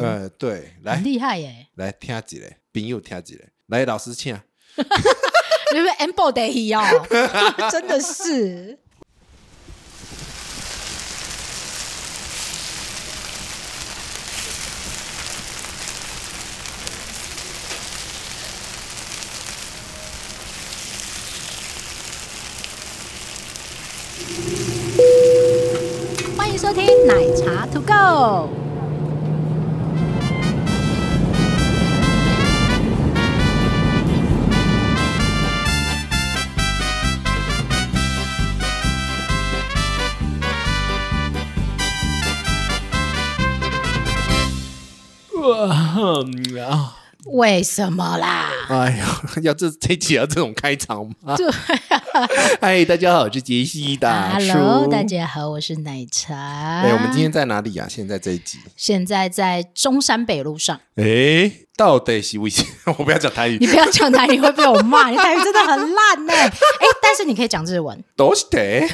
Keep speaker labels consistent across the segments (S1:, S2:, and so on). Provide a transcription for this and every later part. S1: 呃，对，来
S2: 很厉害耶，
S1: 来听几嘞，朋友听几嘞，来老师请。
S2: 因为 M b o d y 哦，真的是。欢迎收听奶茶 To Go。
S1: 啊，
S2: 为什么啦？
S1: 哎呦， 要这这一集要这种开场吗？
S2: 对
S1: 嗨，大家好，我是杰西大叔。
S2: Hello，大。家好，我是奶茶。
S1: 哎，我们今天在哪里呀、啊？现在这一集，
S2: 现在在中山北路上。
S1: 哎，到底是为什 我不要讲台语
S2: 你，不要讲台语会被我骂，你台语真的很 烂呢、哎，但是你可以讲日文，
S1: 都是 得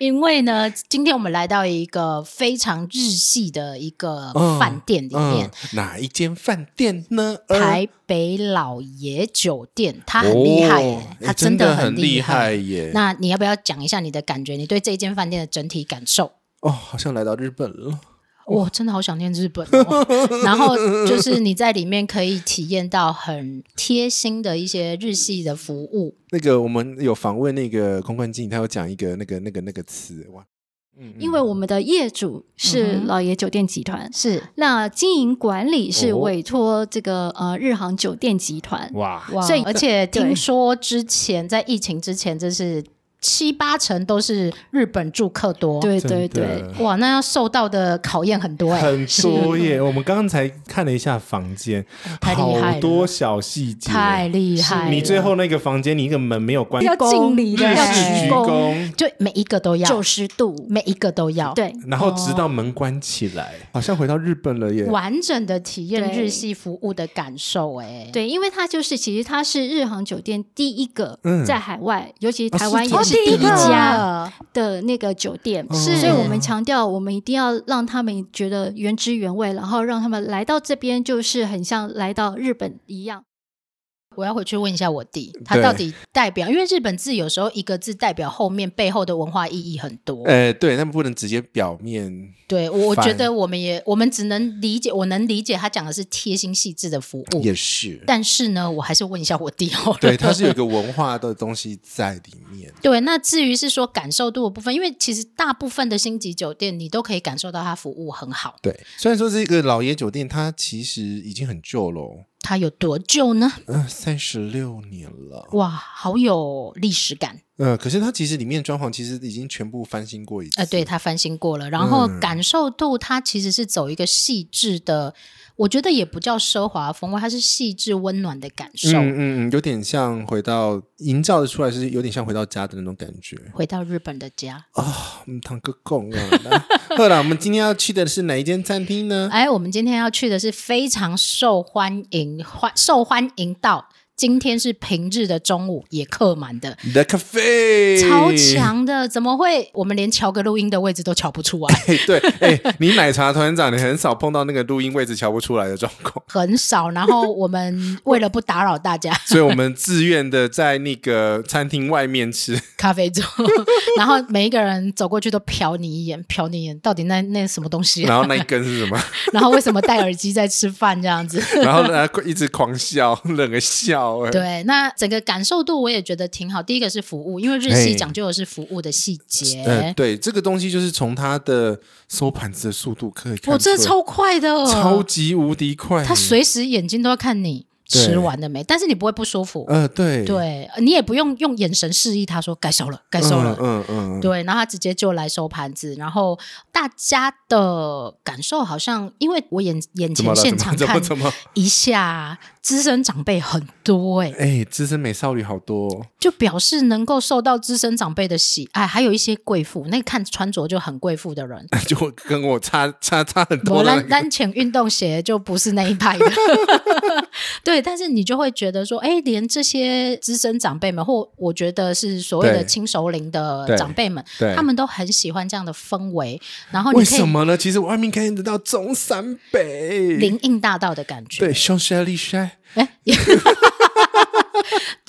S2: 因为呢，今天我们来到一个非常日系的一个
S1: 嗯
S2: 饭店里面
S1: 嗯。，哪一间饭店呢？呃
S2: 台北老爷酒店，它很厉害耶、
S1: 哦
S2: 它
S1: 哎真
S2: 的
S1: 很
S2: 厉
S1: 害耶。
S2: 那你要不要讲一下你的感觉？你对这间饭店的整体感受？
S1: 哦，好像来到日本了。哦
S2: 我真的好想念日本、 哦。然后就是你在里面可以体验到很贴心的一些日系的服务。
S1: 那个我们有访问那个公关经理，他有讲一个那个那个那个词哇，嗯，嗯
S3: 因为我们的业主是
S2: 嗯哼
S3: 老爷酒店集团，
S2: 是
S3: 那经营管理是
S1: 哦
S3: 委托这个呃日航酒店集团。
S1: 哇
S2: 哇，所以而且
S3: 对
S2: 听说之前在疫情之前，就是七八成都是日本住客多。，
S3: 对
S1: 真的
S3: 对对，
S2: 哇，那要受到的考验很多哎、
S4: 很 多耶！我们刚才看了一下房间，
S2: 太厉害了
S4: 好多小细节。
S2: 太厉害了！
S4: 你最后那个房间，你一个门没有关，
S3: 要敬礼的
S4: 日
S2: 要
S4: 式
S2: 鞠
S4: 鞠躬，
S2: 就每一个都要，
S3: 九十度，
S2: 每一个都要，，
S3: 对
S4: 然
S2: 哦
S4: 后直到门关起来，好像回到日本了耶！
S2: 完整的体验
S3: 对
S2: 日系服务的感受哎、
S3: 对，因为它就是其实它是日航酒店第一个
S4: 嗯
S3: 在海外，尤其
S4: 啊
S3: 台湾
S4: 是
S3: 也
S4: 哦
S3: 是第
S4: 第
S3: 一
S4: 一个
S3: 家
S2: 啊
S3: 的那个酒店，
S4: 是
S3: 所以我们强调，我们一定要让他们觉得原汁原味，然后让他们来到这边就是很像来到日本一样。
S2: 我要回去问一下我弟，他
S1: 对
S2: 到底代表？因为日本字有时候一个字代表后面背后的文化意义很多。
S1: 呃，对，他们不能直接表面
S2: 对，我我
S1: 反
S2: 觉得我们也我们只能理解，我能理解他讲的是贴心细致的服务，
S1: 也是，
S2: 但是呢，我还是问一下我弟好了。
S1: 对，它是有一个文化的东西在里面。
S2: 对，那至于是说感受度的部分，因为其实大部分的星级酒店你都可以感受到它服务很好，
S1: 对，虽然说这个老爷酒店它其实已经很旧了哦，
S2: 它有多久呢？
S1: 嗯、呃，三十六年了，
S2: 哇，好有历史感。
S1: 呃，可是它其实里面装潢其实已经全部翻新过一次，
S2: 呃，对，，它翻新过了，然后
S1: 嗯
S2: 感受度它其实是走一个细致的，我觉得也不叫奢华风味，它是细致温暖的感受。
S1: 嗯嗯嗯，有点像回到营造的出来是有点像回到家的那种感觉。
S2: 回到日本的家，
S1: 嗯，堂哥讲啊，好了，我们今天要去的是哪一间餐厅呢？
S2: 哎，我们今天要去的是非常受欢迎，欢受欢迎到今天是平日的中午也客满的，
S1: The Cafe，
S2: 呃超。强的，怎么会我们连瞧个录音的位置都瞧不出来？
S1: 嘿，对，哎、你奶茶团长，你很少碰到那个录音位置瞧不出来的状况，
S2: 很少，然后我们为了不打扰大家，
S1: 所以我们自愿的在那个餐厅外面吃。
S2: 咖啡桌，然后每一个人走过去都瞟你一眼，瞟你一眼，到底那那什么东西、
S1: 然后那一根是什么？
S2: 然后为什么戴耳机在吃饭这样子？
S1: 然后呢，一直狂笑，冷个笑、哎，
S2: 对，那整个感受度我也觉得挺好。第一个是服务，因为日系
S1: 嘿
S2: 讲究的是服务的细节。
S1: 呃，对，这个东西就是从它的收盘子的速度可以看出来，
S2: 我真的超快的，
S1: 超级无敌快，欸
S2: 他随时眼睛都要看你
S1: 对
S2: 吃完了没，但是你不会不舒服，
S1: 呃，对
S2: 对你也不用用眼神示意他说该收了，该收了。
S1: 嗯嗯，嗯，
S2: 对，然后他直接就来收盘子，然后大家的感受好像，因为我眼眼
S1: 怎么
S2: 前
S1: 了？
S2: 现场
S1: 怎么
S2: 看
S1: 怎么怎么
S2: 一下，资深长辈很多哎、
S1: 哎，资深美少女好多哦、
S2: 就表示能够受到资深长辈的喜爱，还有一些贵妇，那看穿着就很贵妇的人，
S5: 就跟我差差差很
S2: 我
S5: 多了
S2: 单。单浅运动鞋就不是那一派的， 对，但是你就会觉得说，哎，连这些资深长辈们，或我觉得是所谓的
S5: 对
S2: 亲熟龄的
S5: 对
S2: 长辈们，
S5: 对
S2: 他们都很喜欢这样的氛围，然后
S5: 为
S2: 你可
S5: 什
S2: 以
S5: 么呢？其实我外面可以得到中山北，
S2: 林荫大道的感觉
S5: 对，，香榭丽莎，
S2: 哎。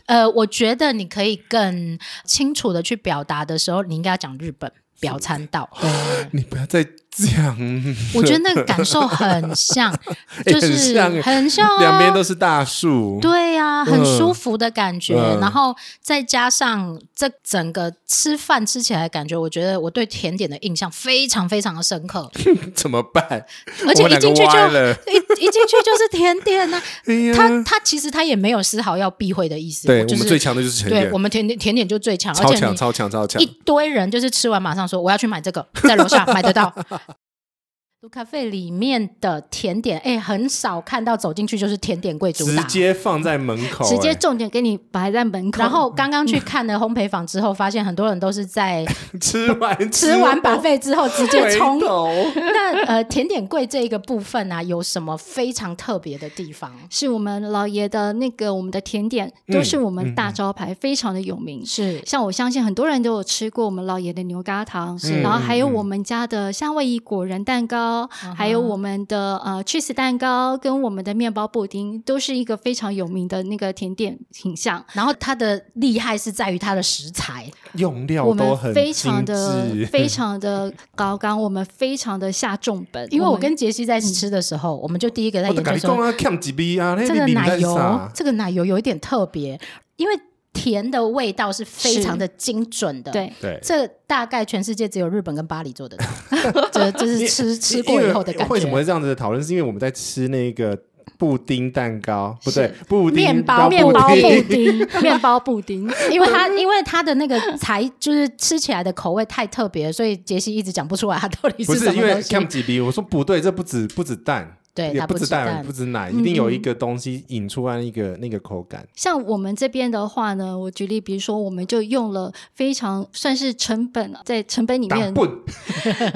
S2: 呃，我觉得你可以更清楚的去表达的时候，你应该要讲日本表参 道。对，
S5: 你不要再这样，
S2: 我觉得那个感受 很像，就
S5: 哎很
S2: 是
S5: 像欸
S2: 很像 啊
S5: 两边都是大树，
S2: 对呀、很
S5: 嗯
S2: 舒服的感觉，
S5: 嗯
S2: 然后再加上这整个吃饭吃起来的感觉，我觉得我对甜点的印象非常非常的 深刻，
S5: 怎么办？
S2: 而且
S5: 我们两
S2: 一
S5: 个
S2: 进去就
S5: 歪了
S2: 一一进去就是甜点 呐、
S5: 哎呀
S2: 他他其实他也没有丝毫要避讳的意思，
S5: 对我
S2: 就
S5: 们
S2: 是
S5: 最强的就是甜
S2: 对
S5: 点
S2: 我，们甜点甜点就最强，而
S5: 超
S2: 且
S5: 强
S2: 你
S5: 超强超强
S2: 一，堆人就是吃完马上说我要去买这个，在楼下买 得到。卢咖啡里面的甜点，哎、很少看到走进去就是甜点柜主
S1: 直
S2: 打，
S1: 接放在门口、
S3: 直接
S1: 哎
S3: 重点给你摆在门口，
S2: 然后刚刚去看了烘焙坊之后，发现很多人都 是在
S1: 吃完
S2: 吃完把费之后直接
S1: 回
S2: 冲。
S1: 头
S2: 那呃，甜点柜这一个部分啊，有什么非常特别的地方？
S3: 是我们老爷的那个我们的甜点，都
S1: 嗯
S3: 是我们大招牌，非常的有名。
S2: 是
S3: 像我相信很多人都有吃过我们老爷的牛轧糖，
S1: 嗯
S2: 是
S3: 然后还有我们家的夏威夷果仁蛋
S1: 啊
S3: 糕，
S2: 哼
S3: 还有我们的呃 cheese 蛋糕跟我们的面包布丁，都是一个非常有名的那个甜点品相。
S2: 然后它的厉害是在于它的食材，
S1: 用料
S3: 我
S1: 都
S3: 们
S1: 很
S3: 非常的
S1: 精致
S3: 非常的高纲，我们非常的下重本，
S2: 因为我
S3: 们
S2: 跟杰西在吃的时候，我们就第一个在
S1: 我就
S2: 研
S1: 跟
S2: 究
S1: 你讲
S2: 说，
S1: 啊，欠几杯啊，那
S2: 这个
S1: 你
S2: 奶
S1: 在啊
S2: 油
S1: 啥，？
S2: 这个奶油有一点特别，因为甜的味道是非常的精准的。，
S3: 对
S1: 对，
S2: 这大概全世界只有日本跟巴黎 做得到，这这是吃吃过以后的感觉。
S1: 为什么会这样子的讨论？是因为我们在吃那个布丁蛋糕，不对
S2: 是，
S1: 布丁
S2: 面包
S1: 包
S3: 面包
S1: 布
S3: 布
S1: 丁
S3: 丁，面包布丁，
S2: 因为它因为它的那个材就是吃起来的口味太特别，所以杰西一直讲不出来它到 底
S1: 不
S2: 什
S1: 是
S2: 么
S1: 因为
S2: 东
S1: 欠
S2: 西。
S1: 几杯，我说不对，这不止不止蛋，
S2: 对，
S1: 也
S2: 它
S1: 不
S2: 止
S1: 止蛋，
S2: 蛋嗯
S1: 不，止奶，一定有一个东西引出来一个那个口感。
S3: 像我们这边的话呢，我举例，比如说，我们就用了非常算是成本啊在成本里
S1: 打
S3: 面
S1: 笨，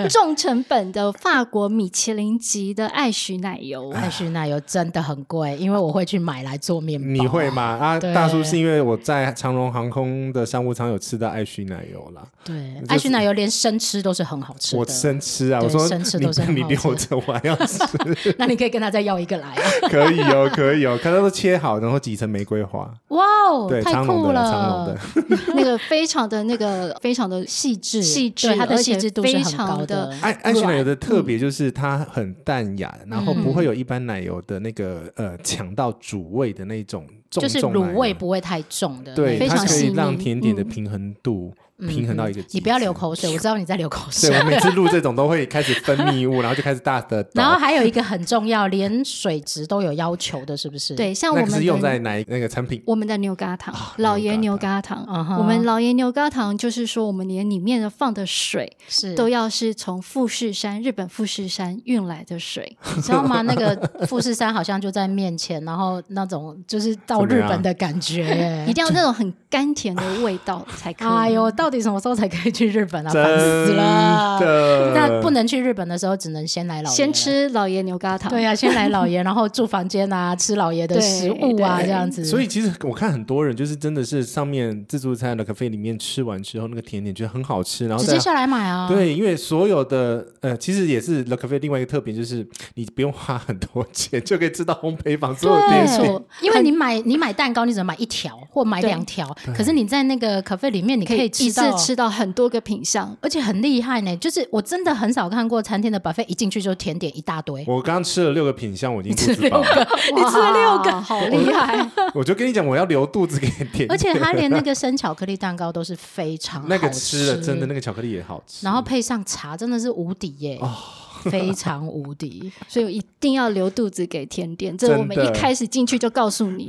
S3: 重成本的法国米其林级的爱许奶油。
S1: 哎
S2: 爱许奶油真的很贵，因为我会去买来做面包。
S1: 你会？吗？啊，
S2: 对
S1: 大叔是因为我在长荣航空的商务舱有吃到爱须奶油啦，
S2: 对
S1: 就，是
S2: 爱许奶油连生吃都是很好吃
S1: 我
S2: 的。
S1: 生吃啊，
S2: 对
S1: 我说
S2: 生吃
S1: 你
S2: 都是很
S1: 你
S2: 好
S1: 留
S2: 吃
S1: 着我还要吃，
S2: 那你可以跟他再要一个来啊！
S1: 可以哦，可以哦，看它都切好，然后挤成玫瑰花，
S2: 哇哦
S1: 对，，
S2: 太
S1: 长隆
S2: 酷
S1: 的啦，长隆
S2: 了嗯
S1: 的！，
S3: 那个非常的那个非常的细
S2: 致
S3: 细致，
S2: 对它的
S3: 而且
S2: 细致度是
S3: 非
S2: 很高
S3: 常
S2: 的
S3: 的。
S1: 爱爱情奶油的特别就是它很淡雅，
S2: 嗯
S1: 然后不会有一般奶油的那个呃抢到主味的那种重
S2: 就是
S1: 重奶
S2: 卤
S1: 油
S2: 味不会太重的，
S1: 对，
S3: 非
S1: 它
S3: 常
S1: 可
S3: 细
S1: 以
S3: 腻
S1: 让甜点的
S3: 嗯
S1: 平衡度
S2: 嗯
S1: 平衡到一个，
S2: 你不要流。口水，我知道你在流口水
S1: 对，。我每次录这种都会开始分泌物，然后就开始大的。
S2: 然后还有一个很重要，连水质都有要求的，是不是？，
S3: 对，像我
S1: 那
S3: 们
S1: 个
S3: 的
S1: 是用在啊哪一那个产品？
S3: 我们的牛轧糖，老爷牛轧糖。
S2: 嗯哼
S3: 我们老爷牛轧糖就是说，我们连里面的放的水
S2: 是
S3: 都要是从富士山日本富士山运来的水，
S2: 你知道吗？那个富士山好像就在面前，然后那种就是到
S1: 怎么
S2: 日
S1: 样
S2: 本的感觉
S3: 一
S2: 耶。
S3: 定要那种很甘甜的味道才可以。
S2: 哎呦，到底什么时候才可以去日本啊？
S1: 真
S2: 烦死了！
S1: 的，
S2: 那不能去日本的时候，只能先来老爷。
S3: 先。吃老爷啊牛轧糖，
S2: 对呀、先来老爷，然后住房间啊，吃老爷的
S3: 对
S2: 食物啊，
S3: 对
S2: 这样子。
S1: 所以其实我看很多人就是真的是上面自助餐的咖啡里面吃完之后，那个甜点觉得很好吃，然后
S2: 直
S1: 再
S2: 接下来买啊。
S1: 对，因为所有的呃，其实也是 Le Cafe 另外一个特点，就是你不用花很多钱就可以吃到烘焙坊所有
S2: 对，
S1: 店
S3: 没错
S2: 因为你买你买蛋糕，你只能买一条或买
S3: 对
S2: 两条，可是你在那个可啡里面，你
S3: 可以
S2: 以
S3: 一
S2: 吃
S3: 次
S2: 到，
S3: 吃到很多个品相。
S2: 而且很厉害呢。就是我真的很少看过餐厅的 buffet 一进去就甜点一大堆，
S1: 我刚吃了六个品相，我 已经肚子饱了。
S3: 你吃了六个，好厉害！
S1: 我就跟你讲，我要留肚子给甜点。
S2: 而且它连那个生巧克力蛋糕都是非常
S1: 那个
S2: 好
S1: 吃
S2: 吃
S1: 了，真的那个巧克力也好吃。哦
S2: 然后配上茶，真的是无敌耶！非常无敌。
S3: 所以我一定要留肚子给甜点，这我们
S4: 真的
S3: 一开始进去就告诉你。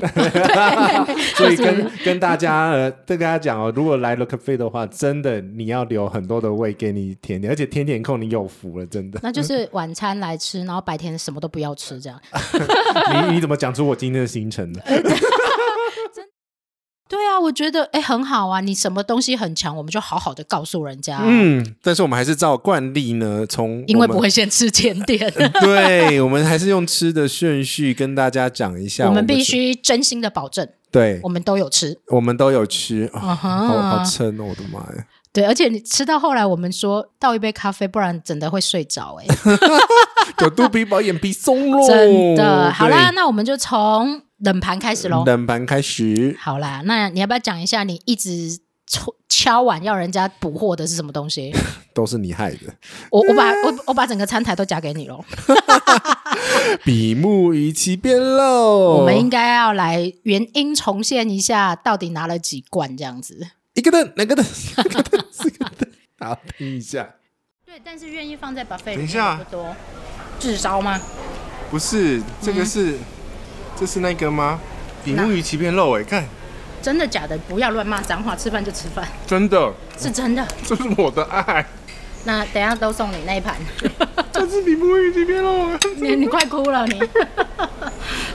S4: 所以跟跟大家呃，跟大家讲哦，如果来 Look f e 的话，真的你要留很多的胃给你甜点，而且甜点控你有福了，真的。
S2: 那就是晚餐来吃，然后白天什么都不要吃，这样。
S4: 你你怎么讲出我今天的行程呢？
S2: 对啊，我觉得哎、很好啊，你什么东西很强，我们就好好的告诉人家，
S1: 嗯，但是我们还是照惯例呢，从
S2: 啊因为
S1: 我们
S2: 不会先吃甜点。
S1: 对，我们还是用吃的顺序跟大家讲一下。
S2: 我
S1: 我
S2: 们必
S1: 的
S2: 须真心的保证，
S1: 对
S2: 我，们都有吃。
S1: 我们都有吃，啊
S2: 啊
S1: 好好
S2: 哈，
S1: 撑哦！我的妈呀，
S2: 对，而且你吃到后来，我们说倒一杯咖啡，不然真的会睡着、欸。
S1: 哦有肚皮饱，眼皮松喽，
S2: 真的。好啦，
S1: 对，嗯
S2: 那我们就从冷盘开始喽。
S1: 冷盘开始。
S2: 好啦，那你要不要讲一下你一直敲敲碗要人家补货的是什么东 西？
S1: 都是你害的。
S2: 我我把我我把整个餐台都夹给你喽。
S1: 比目鱼其变喽，
S6: 哦
S2: 我们应该要来原因重现一下，到底拿了几罐这样子。
S1: 一个灯，两个灯，三个灯，四个灯。好，听一下，
S2: 对，但是愿意放在 buffet
S1: 等一下
S2: 不多，炙烧吗？
S1: 不是这个是、这是那个吗？比目鱼其变肉，哎，看，
S2: 真的假的？不要乱骂脏话，吃饭就吃饭，
S1: 真的，
S2: 是真的。
S1: 这是我的爱，
S2: 那等一下都送你那一 盘，
S1: 这是比目鱼其 变肉。
S2: 你你快哭了你。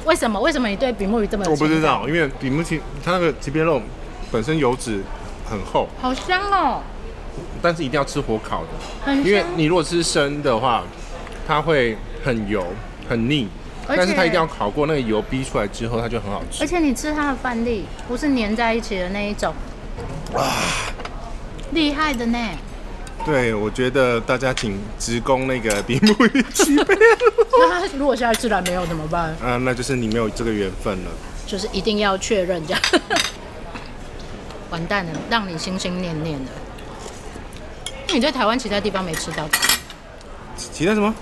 S2: 为什么？为什么你对比目鱼这么有
S6: 我不
S2: 情
S6: 知
S2: 感
S6: 道，因为比目鱼它那个鸡边肉本身油脂很厚，
S2: 好香哦，
S6: 但是一定要吃火烤的，
S2: 很
S6: 因为
S2: 香。
S6: 你如果吃生的话，它会很油很腻，
S2: 而且
S6: 但是它一定要烤过，那个油逼出来之后，它就很好
S2: 而
S6: 吃。
S2: 且你吃它的饭粒不是粘在一起的那一种，厉害的呢。
S6: 对，我觉得大家请直攻那个比目 鱼鸡边，
S2: 那他如果下一次来没有怎么办？
S6: 啊，那就是你没有这个缘分了。
S2: 就是一定要确认这样。 完蛋了，让你心心念念的。那你在台湾其他地方没吃到？
S6: 期待什么？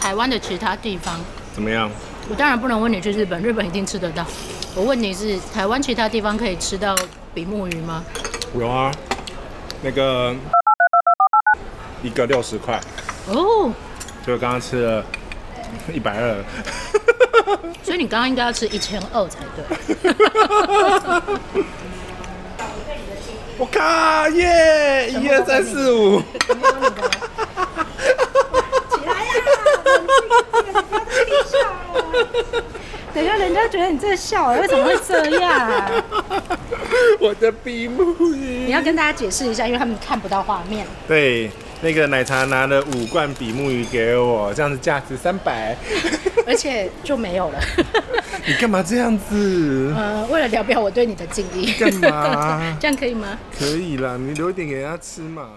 S2: 台湾的其他地方，
S6: 怎么样？
S2: 我当然不能问你去日本，日本一定吃得到。我问你是台湾其他地方可以吃到比目鱼吗？
S6: 有啊，那个一个六十块，
S2: 哦，
S6: 就刚刚吃了一百二。
S2: 所以你刚刚应该要吃一千二才对。
S6: 我靠耶！一二三四五，
S7: 等一下，人家觉得你在笑，为什么会这样啊、
S6: 我的比目鱼。
S2: 你要跟大家解释一下，因为他们看不到画面。
S6: 对，那个奶茶拿了五罐比目鱼给我，这样子价值三百。
S2: 而且就没有了。
S6: 你干嘛这样子？
S2: 呃，为了聊表我对你的敬意，
S6: 干嘛
S2: 这样可以吗？
S6: 可以啦，你留一点给人家吃嘛。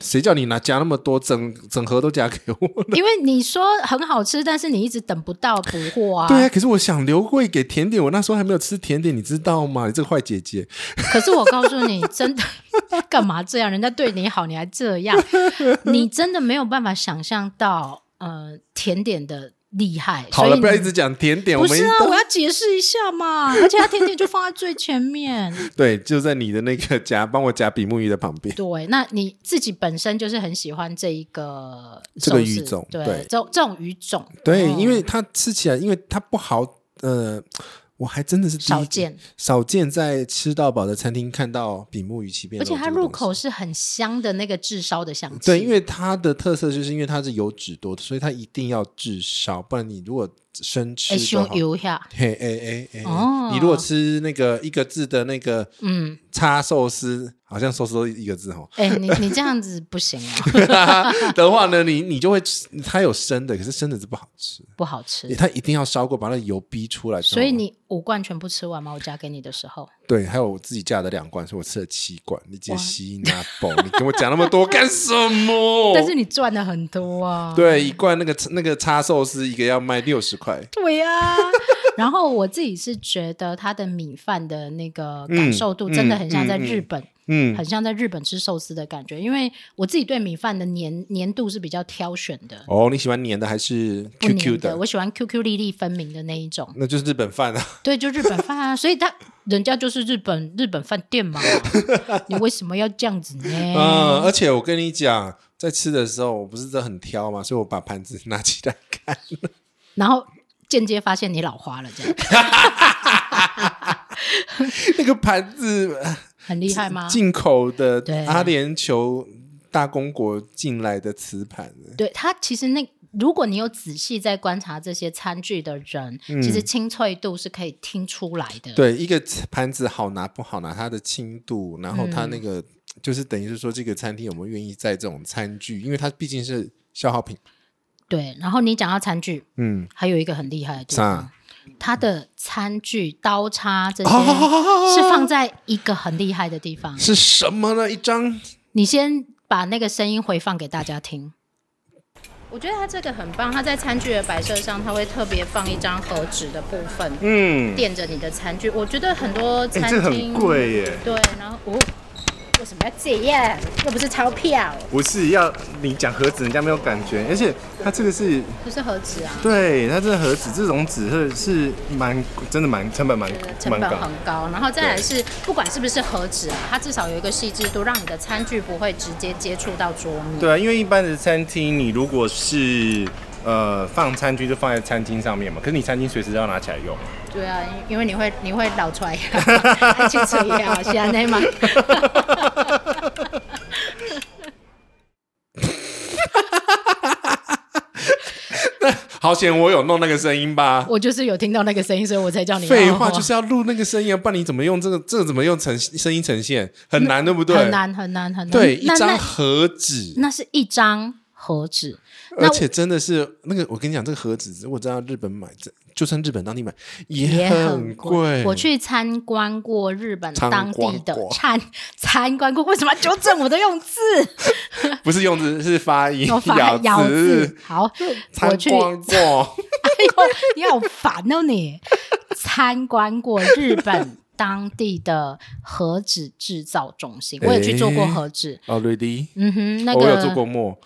S1: 谁叫你拿夹那么多，整整盒都夹给 我？
S2: 因为你说很好吃，但是你一直等不到补货啊。
S1: 对啊，可是我想留会给甜点，我那时候还没有吃甜点，你知道吗？你这个坏姐姐，
S2: 可是我告诉你，真的干嘛这样？人家对你好，你还这 样，你真的没有办法想象到呃甜点的厉害。
S1: 好
S2: 所
S1: 了，
S2: 以
S1: 不要
S2: 你
S1: 一直讲甜点，
S2: 不
S1: 我们
S2: 是啊，
S1: 都
S2: 我要解释一下嘛。而且它甜点就放在最 前面。
S1: 对，就在你的那个夹，帮我夹比目鱼的旁边。
S2: 对，那你自己本身就是很喜欢这一个
S1: 这个
S2: 寿司
S1: 鱼种
S2: 对，
S1: 对
S2: 这种这种鱼种，
S1: 对，
S2: 嗯
S1: 因为它吃起来，因为它不好，呃，我还真的是第一
S2: 少见，
S1: 少见在吃到饱的餐厅看到比目鱼鳍变
S2: 而
S1: 肉这
S2: 且
S1: 个东西，
S2: 它入口是很香的那个炙烧的香气。
S1: 对，因为它的特色就是因为它是油脂多的，所以它一定要炙烧，不然你如果生吃
S2: 哎，
S1: 的
S2: 香
S1: 话，
S2: 油下，
S1: 嘿哎哎哎，
S2: 哦
S1: 你如果吃那个一个字的那个
S2: 嗯，
S1: 叉寿司，好像寿司都一个字哦。
S2: 哎，你你这样子不行啊，
S1: 的话呢，你你就会吃，它有生的，可是生的是不好吃，
S2: 不好 吃。
S1: 它一定要烧过，把那油逼出来。
S2: 所以你五罐全部吃完吗？我夹给你的时候，
S1: 对，还有我自己加的两罐，所以我吃了七罐。你姐吸拿宝，你跟我讲那么多干什么？
S2: 但是你赚了很多啊。
S1: 对一罐那个那个叉寿司，一个要卖六十块。
S2: 对呀、然后我自己是觉得它的米饭的那个感受度
S1: 嗯
S2: 真的很像
S1: 嗯
S2: 在
S1: 嗯
S2: 日本，
S1: 嗯
S2: 很，像在日本吃寿司的感觉。因为我自己对米饭的粘粘度是比较挑选的，
S1: 哦，你喜欢黏的还是
S2: 不
S1: QQ
S2: 粘
S1: 的？
S2: 我喜欢 QQ 粒粒分明的那一种。
S1: 那就是日本饭啊。
S2: 对，就日本饭啊，所以它人家就是日本日本饭 店嘛，你为什么要这样子呢？
S1: 嗯，而且我跟你讲，在吃的时候我不是都很挑嘛，所以我把盘子拿起来看，
S2: 然后间接发现你老花了，这样
S1: 那个盘子呃
S2: 很 厉害吗？
S1: 进口的
S2: 对
S1: 阿联酋大公国进来的瓷盘，
S2: 对它其实那。如果你有仔细在观察这些餐具的人，其实清脆度是可以听出来的。
S1: 嗯对，一个盘子好拿不好拿，它的轻度，然后它那
S2: 嗯
S1: 个、就是等于是说，这个餐厅有没有愿意在这种餐具，因为它毕竟是消耗品，
S2: 对，然后你讲到餐具，
S1: 嗯，
S2: 还有一个很厉害的地方
S1: 啥，
S2: 它的餐具、刀叉这些
S1: 啊
S2: 是放在一个很厉害的地 方。
S1: 是什么呢？一张
S2: 你先把那个声音回放给大家听。我觉得它这个很棒，它在餐具的摆设上，它会特别放一张盒纸的部分，
S6: 嗯，
S2: 垫着你的餐具。我觉得很多
S6: 哎、
S2: 餐
S6: 这很
S2: 厅、
S6: 贵耶，
S2: 对，然后哦，为什么要这样？又不是钞票，
S6: 不是要你讲盒子，人家没有感觉，而且它这个是
S2: 不是盒纸啊，
S6: 对，它这个盒子这种纸是是蛮真的蛮成本蛮
S2: 呃成
S6: 蛮
S2: 本
S6: 高
S2: 很，高。然后再来是，不管是不是盒纸啊，它至少有一个细致度，让你的餐具不会直接接触到桌面。
S6: 对啊，因为一般的餐厅你如果是呃放餐具就放在餐巾上面嘛，可是你餐巾随时要拿起来用，
S2: 对啊，因因为你会你会老 出来，去吹啊，是安内嘛。
S1: 好险，我有弄那个声音吧。
S2: 我就是有听到那个声音，所以我才叫你。哦
S1: 废话就是要录那个声音啊，不然你怎么用这个？这个怎么用呈声音呈现？很难，对不对？
S2: 很。难很难很难。
S1: 对，一
S2: 那
S1: 张
S2: 那
S1: 盒子，
S2: 那是一张盒子，那
S1: 而且真的是那个，我跟你讲，这个盒子如果真的要日本买，这就算日本当地买也很贵。
S2: 我去参观过日本
S1: 参
S2: 当地
S1: 观
S2: 的
S1: 过
S2: 参参观过，为什么要纠正我的 用字？
S1: 不是用字是发音
S2: 我哦发咬字。好，我
S1: 参
S2: 去
S1: 观过，
S2: 哎呦，你好烦哦你！参观过日本当地的盒子制造中心，我有去做过盒子。
S1: 哦，ready，
S2: 嗯哼，那个
S1: 哦我有做过墨，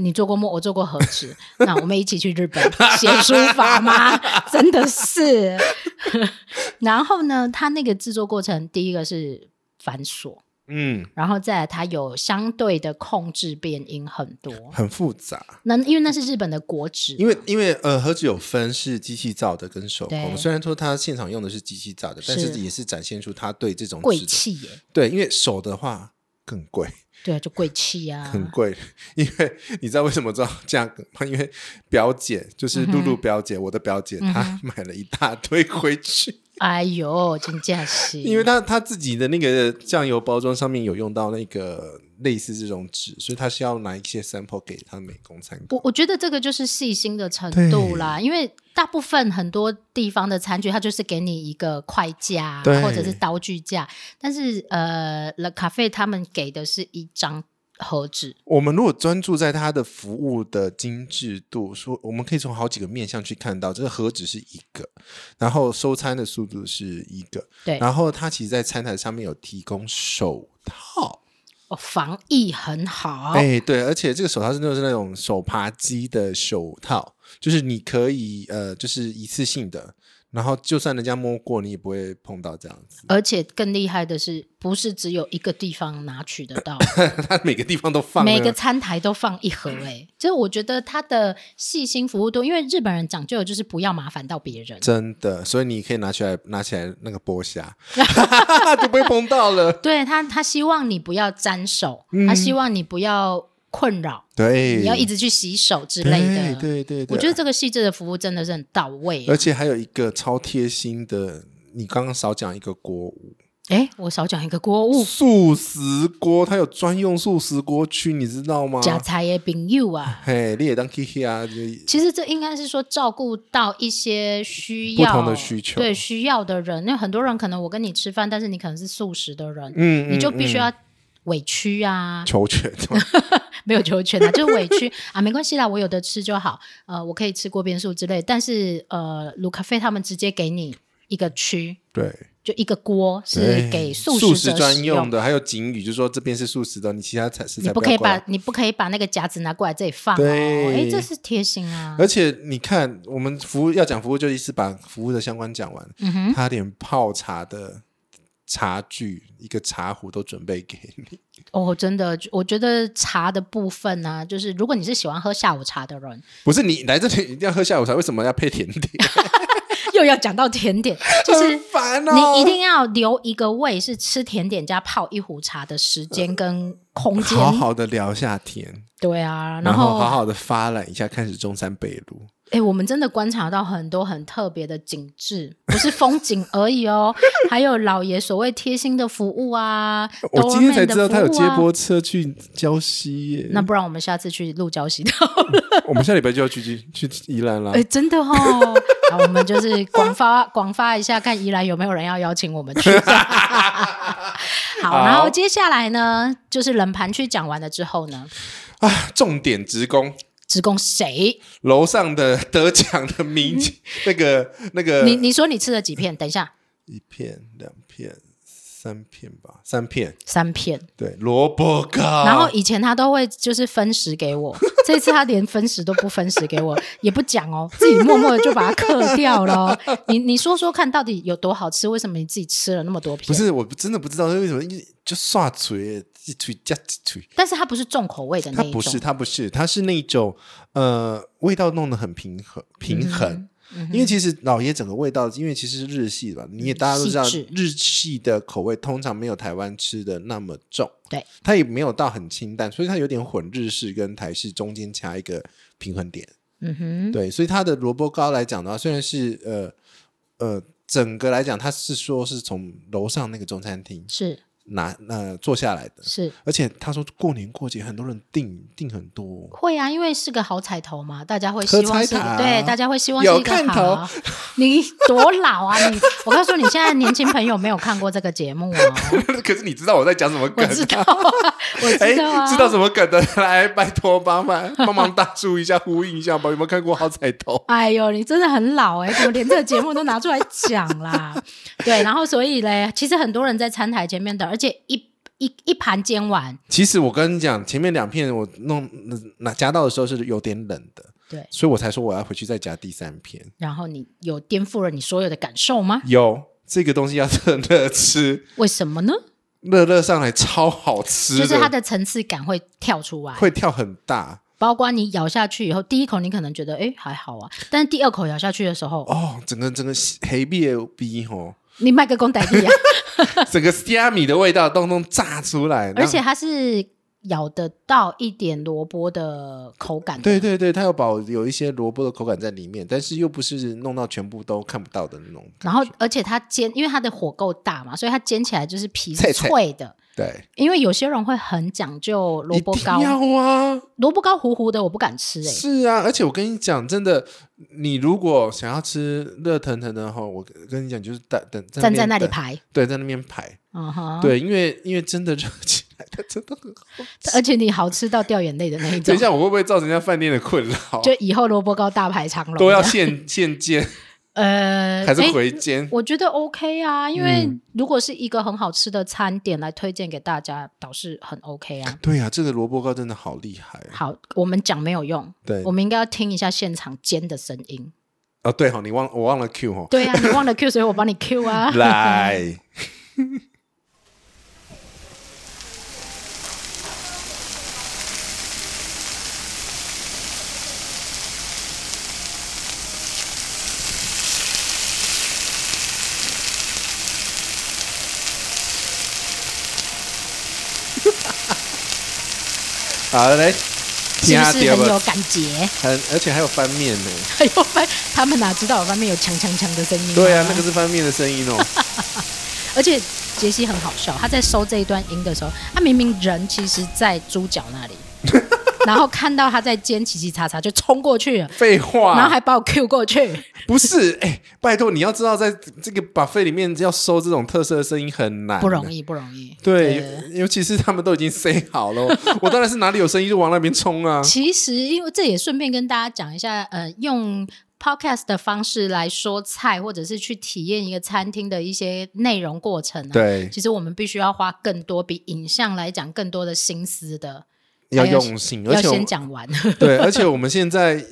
S2: 你做过墨，我做过盒子。那我们一起去日本写书法吗？ 真的是。 然后呢，它那个制作过程，第一个是繁琐，
S1: 嗯，
S2: 然后再来它有相对的控制变音很多。
S1: 很复杂。
S2: 那因为那是日本的国纸，
S1: 因为因为呃，盒子有分是机器造的跟手
S2: 对
S1: 工，虽然说它现场用的是机器造的，但
S2: 是
S1: 是也是展现出它对这种
S2: 贵
S1: 制
S2: 气耶，
S1: 对，因为手的话更贵，
S2: 对啊，就贵气啊，
S1: 很贵。 因为你知道为什么知道价格吗？因为表姐就是露
S2: 嗯
S1: 露表姐，我的表姐，她买了一大堆回去，
S2: 哎呦，真假是，
S1: 因为她她自己的那个酱油包装上面有用到那个类似这种纸，所以她是要拿一些 sample 给她美工参考。
S2: 我我觉得这个就是细心的程度啦，因为大部分很多地方的餐具，它就是给你一个筷架
S1: 对
S2: 或者是刀具架，但是呃，Le Cafe 他们给的是一张盒子，
S1: 我们如果专注在它的服务的精致度，说我们可以从好几个面向去看到，这个何止是一个，然后收餐的速度是一个，
S2: 对，
S1: 然后它其实，在餐台上面有提供手套，
S2: 哦、防疫很好，
S1: 哎、对，而且这个手套真的是那种手扒鸡的手套，就是你可以呃，就是一次性的，然后就算人家摸过，你也不会碰到这样子，
S2: 而且更厉害的是，不是只有一个地方拿取得到，
S1: 它每个地方都 放了，
S2: 每个餐台都放一盒、哎，就是我觉得它的细心服务度，因为日本人讲究的就是不要麻烦到别人，啊
S1: 真的，所以你可以拿起来拿起来那个剥 虾，就不会碰到了。
S2: 对他，他希望你不要沾手，他希望你不要困扰，
S1: 嗯对，
S2: 你要一直去洗手之类
S1: 对
S2: 的。
S1: 对对对，
S2: 我觉得这个细致的服务真的是很到位、
S1: 而且还有一个超贴心的，你刚刚少讲一个锅物，
S2: 哎，我少讲一个锅物，
S1: 素食锅，它有专用素食锅区，你知道吗？
S2: 假菜的饼友啊。
S1: 嘿，你也当 Kiki 啊，就是
S2: 其实这应该是说照顾到一些需要
S1: 不同的需求
S2: 对需要的人。那很多人可能我跟你吃饭，但是你可能是素食的人，
S1: 嗯，
S2: 你就
S1: 嗯
S2: 必须要委屈啊，
S1: 求全，
S2: 没有求全啊，就是委屈啊，没关系啦，我有的吃就好。呃，我可以吃锅边素之类，但是呃，卢咖啡他们直接给你一个区，
S1: 对，
S2: 就一个锅是
S1: 对
S2: 给素
S1: 哎素
S2: 食
S1: 食
S2: 者
S1: 专
S2: 使
S1: 用。的，还有警语，就说这边是素食的，你其他菜食
S2: 你
S1: 材
S2: 不
S1: 要
S2: 可以
S1: 过来
S2: 把你不可以把那个夹子拿过来这里放哦，
S1: 对哎
S2: 哎，这是贴心啊
S1: 而，且你看，我们服务要讲服务，就一次把服务的相关讲完，
S2: 嗯哼，
S1: 他连泡茶的茶具、一个茶壶都准备给你。
S2: 哦，真的，我觉得茶的部分呢、就是如果你是喜欢喝下午茶的人，
S1: 不是你来这里一定要喝下午茶，为什么要配甜点？
S2: 又要讲到甜点， 就是
S1: 很烦哦，
S2: 你一定要留一个位是吃甜点加泡一壶茶的时间跟空间。
S1: 好好的聊下天，
S2: 对啊，
S1: 然
S2: 然
S1: 后
S2: 后
S1: 好好的发展一下，开始中山北路。
S2: 哎、我们真的观察到很多很特别的景致，不是风景而已哦，还有老爷所谓贴心的服务啊。
S1: 我今天才知道他有
S2: Doorman 的
S1: 接
S2: 服务啊
S1: 驳车去礁溪耶，
S2: 那不然我们下次去鹿角洗头？
S1: 我们下礼拜就要去去宜兰啦
S2: 哎、。真的哦。好，我们就是广发广发一下，看宜兰有没有人要邀请我们去。哎 好，然后接下来呢，就是冷盘区讲完了之后呢，
S1: 重点职工。
S2: 职工谁？
S1: 楼上的得奖的名，
S2: 嗯
S1: 那个那个
S2: 你你说你吃了几片？等一下，
S1: 一片、两片、三片吧，三片。
S2: 三片。
S1: 对，萝卜糕。
S2: 然后以前他都会就是分食给我， 这次他连分食都不分食给我，也不讲哦，自己默默的就把它刻掉了哦、你你说说看到底有多好吃？为什么你自己吃了那么多片？
S1: 不，是，我真的不知道为什么，因为就刷嘴一腿加一腿。
S2: 但是它不是重口味的那
S1: 它
S2: 一种，
S1: 不是，它不是，它是那种呃，味道弄得很平衡，平
S2: 嗯
S1: 衡。因为其实老爷整个味道，因为其实是日系吧，你也大家都知道
S2: 嗯细致，
S1: 日系的口味通常没有台湾吃的那么重，
S2: 对，
S1: 它也没有到很清淡，所以它有点混日式跟台式中间掐一个平衡点。
S2: 嗯哼，
S1: 对，所以它的萝卜糕来讲的话，虽然是呃呃整个来讲，它是说是从楼上那个中餐厅
S2: 是
S1: 拿呃做下来的，
S2: 是
S1: 而且他说过年过节很多人订订很多，
S2: 会啊，因为是个好彩头嘛，大家会希
S1: 喝
S2: 望
S1: 彩
S2: 是
S1: 塔
S2: 对，大家会希望
S1: 有
S2: 是一个
S1: 看头
S2: 好。哦你多老啊你！我告诉你，现在年轻朋友没有看过这个节目哦，
S1: 可是你知道我在讲什么
S2: 我
S1: 梗？
S2: 知道啊，我
S1: 哎
S2: 知道啊，
S1: 知道什么梗的来，拜托帮忙 帮忙大叔一下，呼应一下吧。有没有看过好彩头？
S2: 哎呦，你真的很老哎、怎么连这个节目都拿出来讲啦？ 对，然后所以嘞，其实很多人在餐台前面等，而且一一一盘煎完，
S1: 其实我跟你讲，前面两片我弄拿夹到的时候是有点冷的，
S2: 对，
S1: 所以我才说我要回去再夹第三片。
S2: 然后你有颠覆了你所有的感受吗？
S1: 有这个东西要热热吃，
S2: 为什么呢？
S1: 热热上来超好吃
S2: 就是它的层次感会跳出来，
S1: 会跳很大
S2: 包括你咬下去以后，第一口你可能觉得哎还好啊，但是第二口咬下去的时候，
S1: 哦，整个整个黑面逼吼，
S2: 你麦克风逮地啊，
S1: 整个虾米的味道咚咚炸出来，
S2: 而且它是咬得到一点萝卜的口感的，
S1: 对对对，它有保有一些萝卜的口感在里面，但是又不是弄到全部都看不到的那种。
S2: 然后，而且它煎，因为它的火够大嘛，所以它煎起来就是皮
S1: 脆
S2: 是
S1: 脆
S2: 脆的。
S1: 对，
S2: 因为有些人会很讲究萝卜糕
S1: 一定，要啊，
S2: 萝卜糕糊糊的，我不敢吃哎、
S1: 是啊，而且我跟你讲，真的，你如果想要吃热腾腾的哈，我跟你讲，就是等等
S2: 站在那里
S1: 边等，
S2: 排，
S1: 对，在那边排，
S2: 嗯哼，，
S1: 对，因为因为真的热起来，它真的很好。
S2: 而且你好吃到掉眼泪的那一
S1: 等
S2: 种
S1: 一，下，我会不会造成人家饭店的困扰？
S2: 就以后萝卜糕大排长龙
S1: 都要
S2: 这样
S1: 现现煎
S2: 啊呃，
S1: 还是
S2: 诶
S1: 回嗯煎？
S2: 我觉得 OK 啊，因为如果是一个很好吃的餐点来推荐给大家，倒是很 OK 啊。
S1: 对呀、这个萝卜糕真的好厉害啊！
S2: 好，我们讲没有用，
S1: 对
S2: 我，们应该要听一下现场煎的声音。
S1: 哦对哈，你忘我忘了 Q 哈，
S2: 对啊，你忘了 Q，所以我帮你 Q 啊。
S1: 来。 好来，
S2: 是
S1: 听啊
S2: 不
S1: 下
S2: 是
S1: 掉
S2: 很有
S1: 吧，
S2: 感觉？
S1: 很而且还有翻面呢。
S2: 哎呦，翻他们哪知道我翻面有锵锵锵的声音？
S1: 对 啊，那个，是翻面的声音哦。
S2: 而且杰西很好笑，他在收这一段音的时候，他明明人其实在猪脚那 里，然后看到他在煎奇奇叉叉，就冲过去了。
S1: 废话，
S2: 然后还把我 Q 过去，
S1: 不是，哎、拜托，你要知道，在这个把费里面要收这种特色的声音很难，
S2: 不容。易，不容易。
S1: 对，啊尤尤其是他们都已经塞好了， 我当然是哪里有声音就往那边冲啊。
S2: 其实，因为这也顺便跟大家讲一下，呃，用 podcast 的方式来说菜，或者是去体验一个餐厅的一些内容过程啊。，
S1: 对，
S2: 其实我们必须要花更多比影像来讲更多的心思的。
S1: 要
S2: 还有
S1: 用心，而
S2: 要
S1: 且我
S2: 先讲完。
S1: 对，而且我们现在、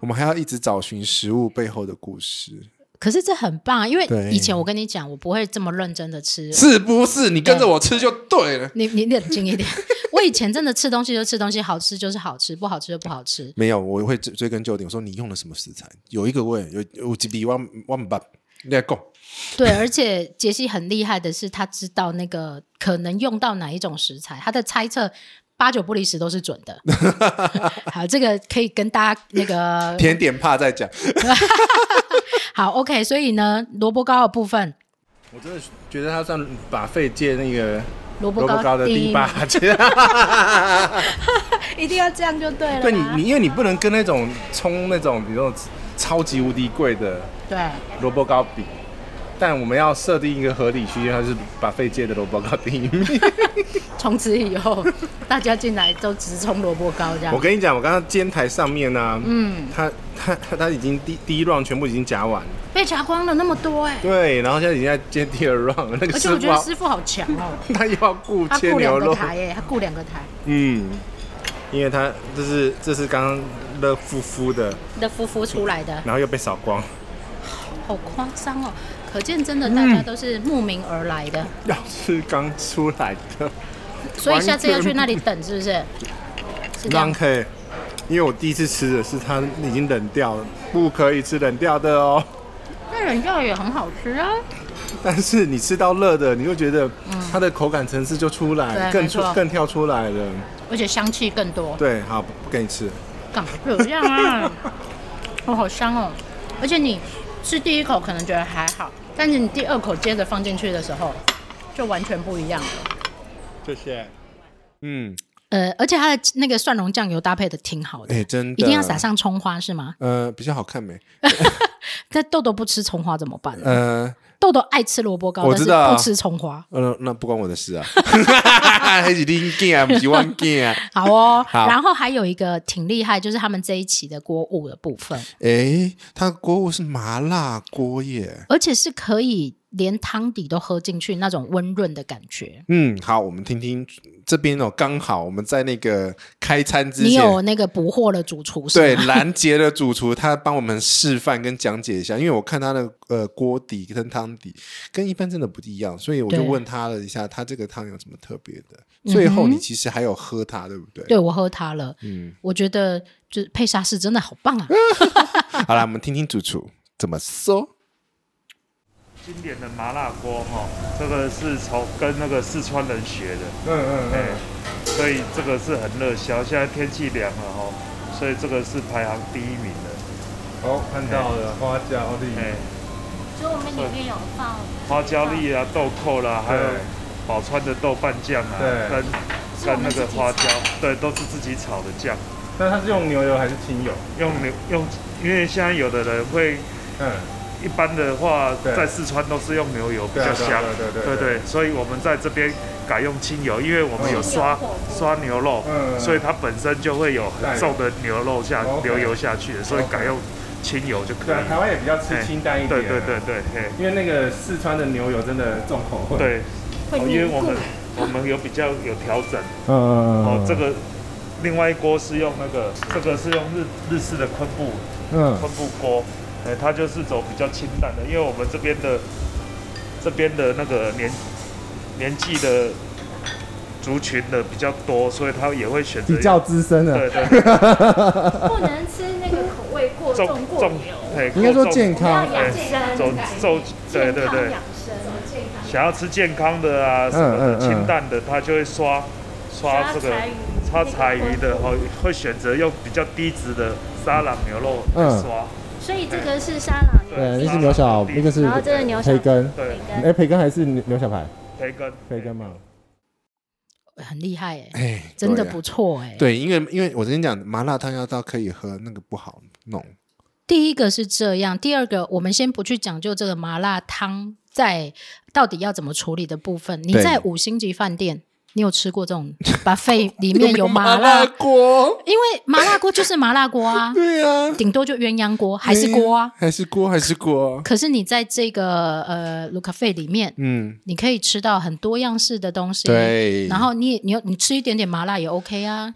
S1: 我们还要一直找寻食物背后的故事。
S2: 可是这很棒啊，因为
S1: 对
S2: 以前我跟你讲，我不会这么认真的吃。
S1: 是不是？你跟着我吃就对了。
S2: 你你冷静一点， 我以前真的吃东西就吃东西，好吃就是好吃，不好吃就不好吃。
S1: 没有，我会追追根究底。我说你用了什么食材？有一个味，有有几笔万万把，你来讲。
S2: 对，而且杰西很厉害的是，他知道那个可能用到哪一种食材，他的猜测八九不离十都是准的。 好，这个可以跟大家那个
S1: 甜点怕再讲，
S2: 好 OK。所以呢，萝卜糕的部分，
S6: 我真的觉得他算把费界那个
S2: 萝
S6: 萝
S2: 卜
S6: 卜糕
S2: 糕嗯
S6: 的第
S2: 一
S6: 八
S2: 名。
S6: 届。
S7: 一定要这样就对了啦。
S6: 对你，
S2: 啊
S6: 你因为你不能跟那种冲那种比如说超级无敌贵的
S2: 对，
S6: 萝卜糕比，但我们要设定一个合理区间，它是把费界的萝卜糕第一名。
S2: 从此以后 大家进来都直冲萝卜糕这样
S6: 我。跟你讲，我刚刚煎台上面呢、
S2: 嗯，
S6: 他他他他已经第第一 round 全部已经夹完了，
S2: 被夹光了那么多哎、
S6: 对，然后现在已经在煎第二 round 了。那个
S2: 而且
S6: 师
S2: 我
S6: 傅
S2: 觉得
S6: 要
S2: 师傅好强哦，
S6: 他又要顾
S2: 他
S6: 切
S2: 顾
S6: 牛
S2: 两
S6: 肉
S2: 个，台哎、他顾两个台。
S6: 嗯，因为他这是这是刚刚热乎乎的，
S2: 的夫妇出来的，
S6: 然后又被扫 光，
S2: 好夸张哦！可见真的大家都是慕名而来的，
S6: 要是刚出来的
S2: 所以下次要去那里等，是不是？是这样
S6: 让。K，因为我第一次吃的是它已经冷掉了，不可以吃冷掉的哦。
S2: 那冷掉也很好吃啊，
S6: 但是你吃到热的，你就觉得它的口感层次就出来，
S2: 嗯对
S6: 更
S2: 没
S6: 出
S2: 错
S6: 更跳出来了。
S2: 而且香气更多。
S6: 对，好，不不给你吃。
S2: 干嘛这样 啊？我好香哦！而且你吃第一口可能觉得还好，但是你第二口接着放进去的时候，就完全不一样了。
S6: 谢谢。
S1: 嗯，
S2: 呃，而且它的那个蒜蓉酱油搭配的挺好的，
S1: 哎、真的
S2: 一定要撒上葱花是吗？
S1: 呃比较好看没？
S2: 但豆豆不吃葱花怎么办？
S1: 呃
S2: 豆豆爱吃萝卜糕，
S1: 我
S2: 但是
S1: 知道啊
S2: 不吃葱花。
S1: 呃，那不关我的事啊，还是你囝啊，不是我囝啊。
S2: 好哦，
S1: 好
S2: 然后还有一个挺厉害，就是他们这一期的锅物的部分，
S1: 哎、它锅物是麻辣锅耶。
S2: 而且是可以连汤底都喝进去那种温润的感觉。
S1: 嗯，好，我们听听这边哦，刚好我们在那个开餐之
S2: 你
S1: 前，
S2: 有那个捕获了主厨是
S1: 对
S2: 吗？
S1: 拦截的主厨，他帮我们示范跟讲解一下，因为我看他的呃锅底跟汤底跟一般真的不一样，所以我就
S2: 对
S1: 问他了一下，他这个汤有什么特别的？最后你其实还有喝它，对不对？
S2: 嗯对我喝它了，
S1: 嗯，
S2: 我觉得就是配沙士真的好棒啊！
S1: 好啦，我们听听主厨怎么说。
S8: 经典的麻辣锅哈、这个是从跟那个四川人学的，
S6: 嗯嗯
S8: 哎、所以这个是很热销。现在天气凉了哈、所以这个是排行第一名的，
S6: 好，看到了花椒粒
S8: 哎、
S3: 所以我们里面有放
S8: 花椒粒啊、豆蔻啦、还有
S6: 对
S8: 宝川的豆瓣酱啊，
S6: 对
S8: 跟
S3: 是我
S8: 跟
S3: 们
S8: 那
S3: 自
S8: 个
S3: 己
S8: 花
S3: 炒
S8: 椒，对，都是自己炒的酱，
S6: 那它是用牛油还是清油？
S8: 用牛用，因为现在有的人会
S6: 嗯，
S8: 一般的话，
S6: 对
S8: 在四川都是用牛油比
S6: 对啊
S8: 较香，
S6: 对啊对啊对啊对啊
S8: 对所以我们在这边改用清油，因为我们有刷刷牛肉
S6: 嗯，哦
S8: 所以它本身就会有很重的牛肉下
S6: 带有 OK
S8: 牛油下去，所以改用清油就可
S6: 对啊，
S8: 以
S6: 台
S8: 了。
S6: 湾也比较吃
S8: 哎
S6: 清淡一点、啊
S8: 对对对。对，嘿，
S6: 因为那个四川的牛油真的重口味，，
S8: 对，
S3: 会
S8: 哦因为
S3: 凝
S8: 我
S3: 固
S8: 们我们有比较有调整，
S6: 嗯嗯
S8: 哦，这个另外一锅是用那个，这个是用日日式的昆布
S6: 嗯
S8: 昆布锅，哎、它就是走比较清淡的，因为我们这边的这边的那个年年纪的族群的比较多，所以他也会选择
S4: 比较资深
S8: 对
S6: 啊
S4: 的，
S8: 对对
S3: 不能吃那个口味过
S8: 重
S3: 重过
S8: 重
S3: 牛，
S8: 哎，
S4: 应该说
S8: 重
S4: 健康
S3: 我。们要
S8: 哎
S3: 养生，
S8: 走走对
S3: 健
S8: 对
S3: 康
S8: 对，
S3: 养生，走健康。
S8: 想要吃健康的啊什么
S4: 嗯嗯
S8: 的
S4: 嗯
S8: 清淡的，他就会刷刷这个
S3: 柴鱼
S8: 擦柴鱼的哦，会选择用比较低脂的沙朗牛肉来
S4: 嗯
S8: 刷，
S3: 所以这个是沙朗牛，
S4: 对，
S8: 对
S4: 那是牛小，那个是
S3: 然后这个牛小
S4: 培根。
S8: 对
S4: 哎，培根还是牛牛小排？
S8: 培根
S4: 培根嘛。
S6: 哎
S2: 很厉害哎、
S1: 哎，
S2: 真的
S1: 对啊
S2: 不错哎、，
S1: 对，因为因为我跟你讲，麻辣烫要到可以喝，那个不好弄。
S2: 第一个是这样，第二个我们先不去讲究这个麻辣汤在到底要怎么处理的部分。你
S1: 对
S2: 在五星级饭店，你有吃过这 种把肺里面有麻辣？
S1: 锅，，
S2: 因为麻辣锅就是麻辣锅啊
S1: 对啊，
S2: 顶多就鸳鸯锅还是锅啊。
S1: 还是锅，还是 锅。
S2: 可是你在这个呃卢卡费里面，
S1: 嗯，
S2: 你可以吃到很多样式的东西，
S1: 对
S2: 然后 你也你有你吃一点点麻辣也 OK 啊，